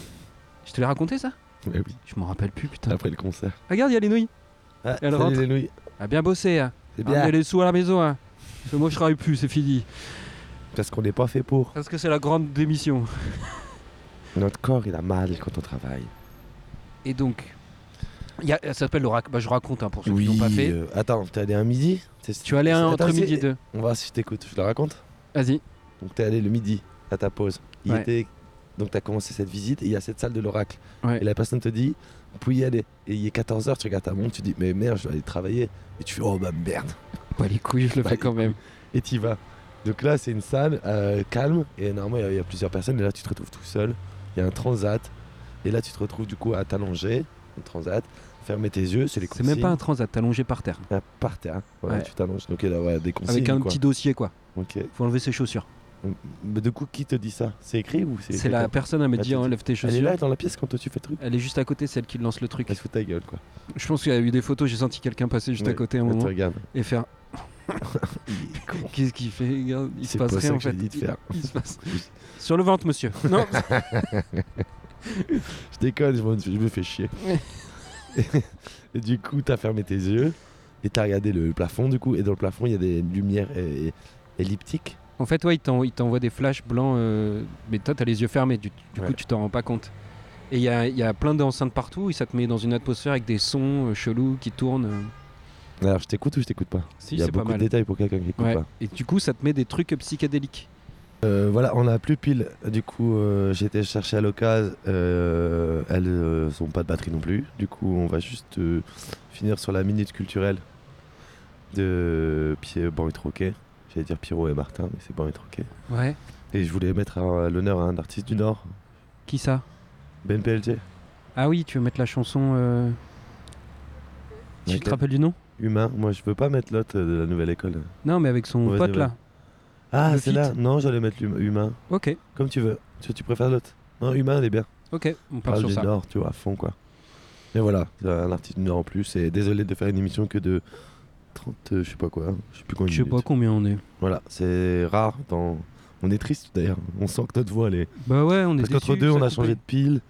Speaker 1: Je te l'ai raconté ça
Speaker 2: Ouais, Eh oui.
Speaker 1: Je m'en rappelle plus, putain.
Speaker 2: Après le concert.
Speaker 1: Regarde, il y a les nouilles.
Speaker 2: Ah,
Speaker 1: Elle
Speaker 2: salut
Speaker 1: rentre.
Speaker 2: les nouilles.
Speaker 1: A bien bossé, hein.
Speaker 2: C'est bien.
Speaker 1: Ramenez les sous à la maison, hein. Parce que Moi, je travaille plus, c'est fini.
Speaker 2: Parce qu'on n'est pas fait pour.
Speaker 1: Parce que c'est la grande démission.
Speaker 2: Notre corps, il a mal quand on travaille.
Speaker 1: Et donc, il y a- ça s'appelle l'oracle. Bah, je raconte hein, pour ceux qui l'ont pas fait.
Speaker 2: euh, attends, t'es allé un midi T'es-
Speaker 1: Tu allais
Speaker 2: Attends,
Speaker 1: entre
Speaker 2: c'est-
Speaker 1: midi et deux.
Speaker 2: On va voir si je t'écoute, je te le raconte.
Speaker 1: Vas-y.
Speaker 2: Donc t'es allé le midi à ta pause. Il
Speaker 1: Ouais.
Speaker 2: était... Donc t'as commencé cette visite et il y a cette salle de l'oracle.
Speaker 1: Ouais.
Speaker 2: Et la personne te dit, vous pouvez y aller. Et il est 14h, tu regardes ta montre, tu dis, mais merde, je dois aller travailler. Et tu fais, oh bah merde.
Speaker 1: Bah, les couilles, je le
Speaker 2: Bah,
Speaker 1: fais quand même.
Speaker 2: et t'y vas. Donc là, c'est une salle euh, calme et normalement, il y a- il y, a plusieurs personnes. Et là, tu te retrouves tout seul. Il y a un transat. Et là, tu te retrouves du coup à t'allonger, un transat, fermer tes yeux, c'est les
Speaker 1: C'est
Speaker 2: consignes.
Speaker 1: même pas un transat, t'as allongé par terre.
Speaker 2: Ah, par terre. Ouais,
Speaker 1: Ouais.
Speaker 2: tu t'allonges. Donc il y a ouais, des consignes.
Speaker 1: avec un
Speaker 2: quoi.
Speaker 1: petit dossier, quoi.
Speaker 2: Ok.
Speaker 1: Faut enlever ses chaussures.
Speaker 2: Mais du coup, qui te dit ça C'est écrit ou c'est
Speaker 1: C'est la
Speaker 2: quelqu'un
Speaker 1: personne, elle me
Speaker 2: Ah,
Speaker 1: dit
Speaker 2: tu-
Speaker 1: enlève tes
Speaker 2: Elle est là
Speaker 1: chaussures.
Speaker 2: dans la pièce quand toi, tu fais le truc.
Speaker 1: Elle est juste à côté, celle qui lance le truc.
Speaker 2: Elle se fout de ta gueule quoi.
Speaker 1: Je pense qu'il y a eu des photos, j'ai senti quelqu'un passer juste à
Speaker 2: Ouais,
Speaker 1: côté un
Speaker 2: Elle te
Speaker 1: moment
Speaker 2: regarde.
Speaker 1: et *laughs* faire. Qu'est-ce qu'il fait Regarde, il se
Speaker 2: C'est pas
Speaker 1: passe
Speaker 2: ça
Speaker 1: rien en
Speaker 2: que j'ai
Speaker 1: fait.
Speaker 2: dit de
Speaker 1: Il-
Speaker 2: faire.
Speaker 1: il se *laughs* passe- Sur le ventre, monsieur. Non,
Speaker 2: Je déconne, je me, je me fais chier. et, *laughs* et du coup, t'as fermé tes yeux et t'as regardé le plafond, du coup, et dans le plafond, il y a des lumières euh, elliptiques.
Speaker 1: En fait, ouais, il t'en- il t'envoie des flashs blancs, euh, mais toi, t'as les yeux fermés, du, du
Speaker 2: Ouais.
Speaker 1: coup, tu t'en rends pas compte. Et il y a, il y a plein d'enceintes partout et ça te met dans une atmosphère avec des sons euh, chelous qui tournent. euh.
Speaker 2: Alors, je t'écoute ou je t'écoute pas
Speaker 1: Si,
Speaker 2: Il y a
Speaker 1: c'est pas
Speaker 2: beaucoup de
Speaker 1: mal.
Speaker 2: détails pour quelqu'un qui écoute
Speaker 1: Ouais.
Speaker 2: pas.
Speaker 1: Et du coup, ça te met des trucs psychédéliques.
Speaker 2: Euh, voilà, on a plus pile. Du coup, euh, j'ai été chercher à l'occasion. Euh, elles euh, sont pas de batterie non plus. Du coup, on va juste euh, finir sur la minute culturelle de Pierre Bon et Troquet. J'allais dire Pierrot et Martin, mais c'est Bon et Troquet.
Speaker 1: Ouais.
Speaker 2: Et je voulais mettre à l'honneur un artiste du Nord,
Speaker 1: Qui ça
Speaker 2: Ben PLG,
Speaker 1: Ah oui, tu veux mettre la chanson. euh, Tu te
Speaker 2: Laquelle
Speaker 1: rappelles du nom
Speaker 2: humain. Moi, je veux pas mettre l'autre euh, de la nouvelle école.
Speaker 1: Non, mais avec son
Speaker 2: Ouais,
Speaker 1: pote
Speaker 2: ouais.
Speaker 1: là.
Speaker 2: Ah,
Speaker 1: Le
Speaker 2: c'est
Speaker 1: feat.
Speaker 2: là. Non, j'allais mettre l'hum- humain.
Speaker 1: Ok,
Speaker 2: Comme tu veux. Tu, tu préfères l'autre Non, humain, elle est bien.
Speaker 1: ok, on part
Speaker 2: parle
Speaker 1: sur
Speaker 2: du
Speaker 1: ça.
Speaker 2: Nord, tu vois, à fond, quoi. Et voilà, c'est un artiste du Nord en plus. Et désolé de faire une émission que de 30, euh, je sais pas quoi, je sais plus combien. de
Speaker 1: Je sais pas
Speaker 2: minutes.
Speaker 1: combien on est.
Speaker 2: Voilà, c'est rare. Dans... On est triste d'ailleurs, on sent que notre voix, elle est.
Speaker 1: Bah ouais, on est.
Speaker 2: Parce qu'entre
Speaker 1: déçus,
Speaker 2: deux,
Speaker 1: ça
Speaker 2: on a
Speaker 1: coupé.
Speaker 2: changé de pile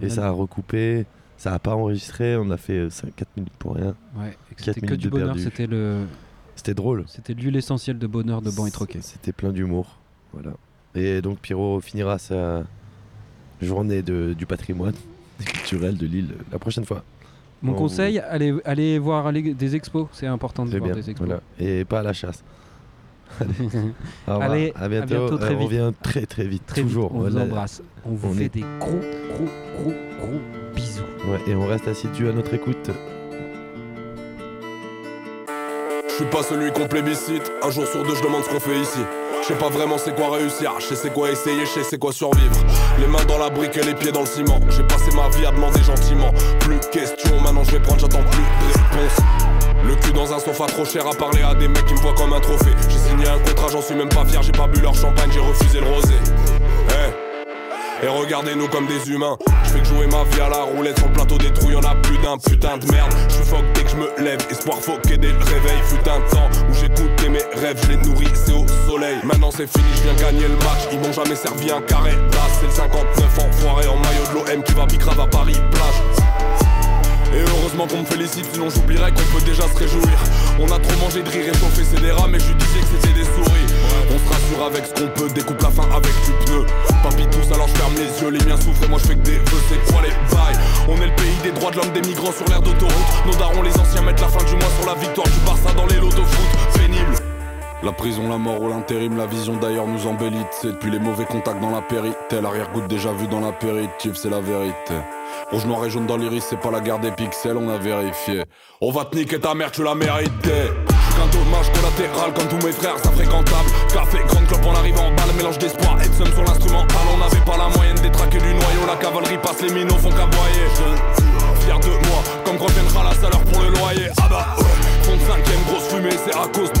Speaker 2: et
Speaker 1: Ouais.
Speaker 2: ça a recoupé, ça a pas enregistré, on a fait 4 minutes pour rien.
Speaker 1: Ouais, et que
Speaker 2: Quatre
Speaker 1: c'était que
Speaker 2: minutes
Speaker 1: du
Speaker 2: de
Speaker 1: bonheur,
Speaker 2: perdu.
Speaker 1: c'était le,
Speaker 2: C'était drôle.
Speaker 1: c'était l'huile essentielle de bonheur de Ban et Troquet.
Speaker 2: C'était plein d'humour. Voilà. Et donc Pierrot finira sa journée de, du patrimoine *laughs* culturel de l'île la prochaine fois.
Speaker 1: Mon
Speaker 2: Oh.
Speaker 1: conseil, allez, allez voir allez- des expos, c'est important de
Speaker 2: Très
Speaker 1: voir
Speaker 2: bien.
Speaker 1: des expos.
Speaker 2: voilà. Et pas à la chasse. Au revoir.
Speaker 1: Allez,
Speaker 2: à bientôt.
Speaker 1: à bientôt, très
Speaker 2: Euh, on
Speaker 1: vite.
Speaker 2: revient très très vite,
Speaker 1: Très vite,
Speaker 2: toujours.
Speaker 1: on vous
Speaker 2: Voilà.
Speaker 1: embrasse. On vous
Speaker 2: on
Speaker 1: fait
Speaker 2: est-
Speaker 1: des gros, gros, gros, gros bisous.
Speaker 2: Ouais, et on reste assidus à notre écoute.
Speaker 4: Je suis pas celui qu'on plébiscite, un jour sur deux je demande ce qu'on fait ici. Je sais pas vraiment c'est quoi réussir, je sais c'est quoi essayer, je sais c'est quoi survivre. Les mains dans la brique et les pieds dans le ciment. J'ai passé ma vie à demander gentiment. Plus question, maintenant je vais prendre, j'attends plus de réponse. Le cul dans un sofa trop cher à parler à des mecs qui me voient comme un trophée. J'ai signé un contrat, j'en suis même pas fier, j'ai pas bu leur champagne, j'ai refusé le rosé. Eh, Hey. Et regardez-nous comme des humains. Je fais que jouer ma vie à la roulette sur le plateau des trous, y'en a plus d'un putain de merde. Je suis fuck dès que je me lève, espoir foqué dès le réveil. Fut un temps où j'écoutais mes rêves, je les nourrissais au soleil. Maintenant c'est fini, je viens gagner le match. Ils m'ont jamais servi un carré d'as. C'est le 59 enfoiré en maillot de l'OM qui va bicrave à Paris plage. Et heureusement qu'on me félicite, sinon j'oublierais qu'on peut déjà se réjouir. On a trop mangé de rire et chauffé, c'est des rats, mais je lui disais que c'était des souris. On se rassure avec ce qu'on peut, découpe la fin avec du pneu. Papy tous, alors je ferme les yeux, les miens souffrent et moi je fais que des vœux, c'est quoi les bails On est le pays des droits de l'homme, des migrants sur l'air d'autoroute. Nos darons, les anciens, mettent la fin du mois sur la victoire du Barça dans les lots de foot. Pénible. La prison, la mort ou l'intérim, la vision d'ailleurs nous embellit. C'est depuis les mauvais contacts dans la périte. L'arrière-goutte déjà vu dans l'apéritif, c'est la vérité. Rouge, noir et jaune dans l'iris, c'est pas la guerre des pixels, on a vérifié. On va te niquer ta mère, tu l'as mérité. J'suis qu'un dommage collatéral comme tous mes frères, ça fréquentable. Café, grande clope en arrivant en balle, mélange d'espoir et de somme sur l'instrumental. On n'avait pas la moyenne des traqués du noyau, la cavalerie passe, les minots font caboyer. Je- Fier de moi, comme quand viendra la salaire pour le loyer. Ah bah ouais, fond de cinquième, grosse fumée, c'est à cause de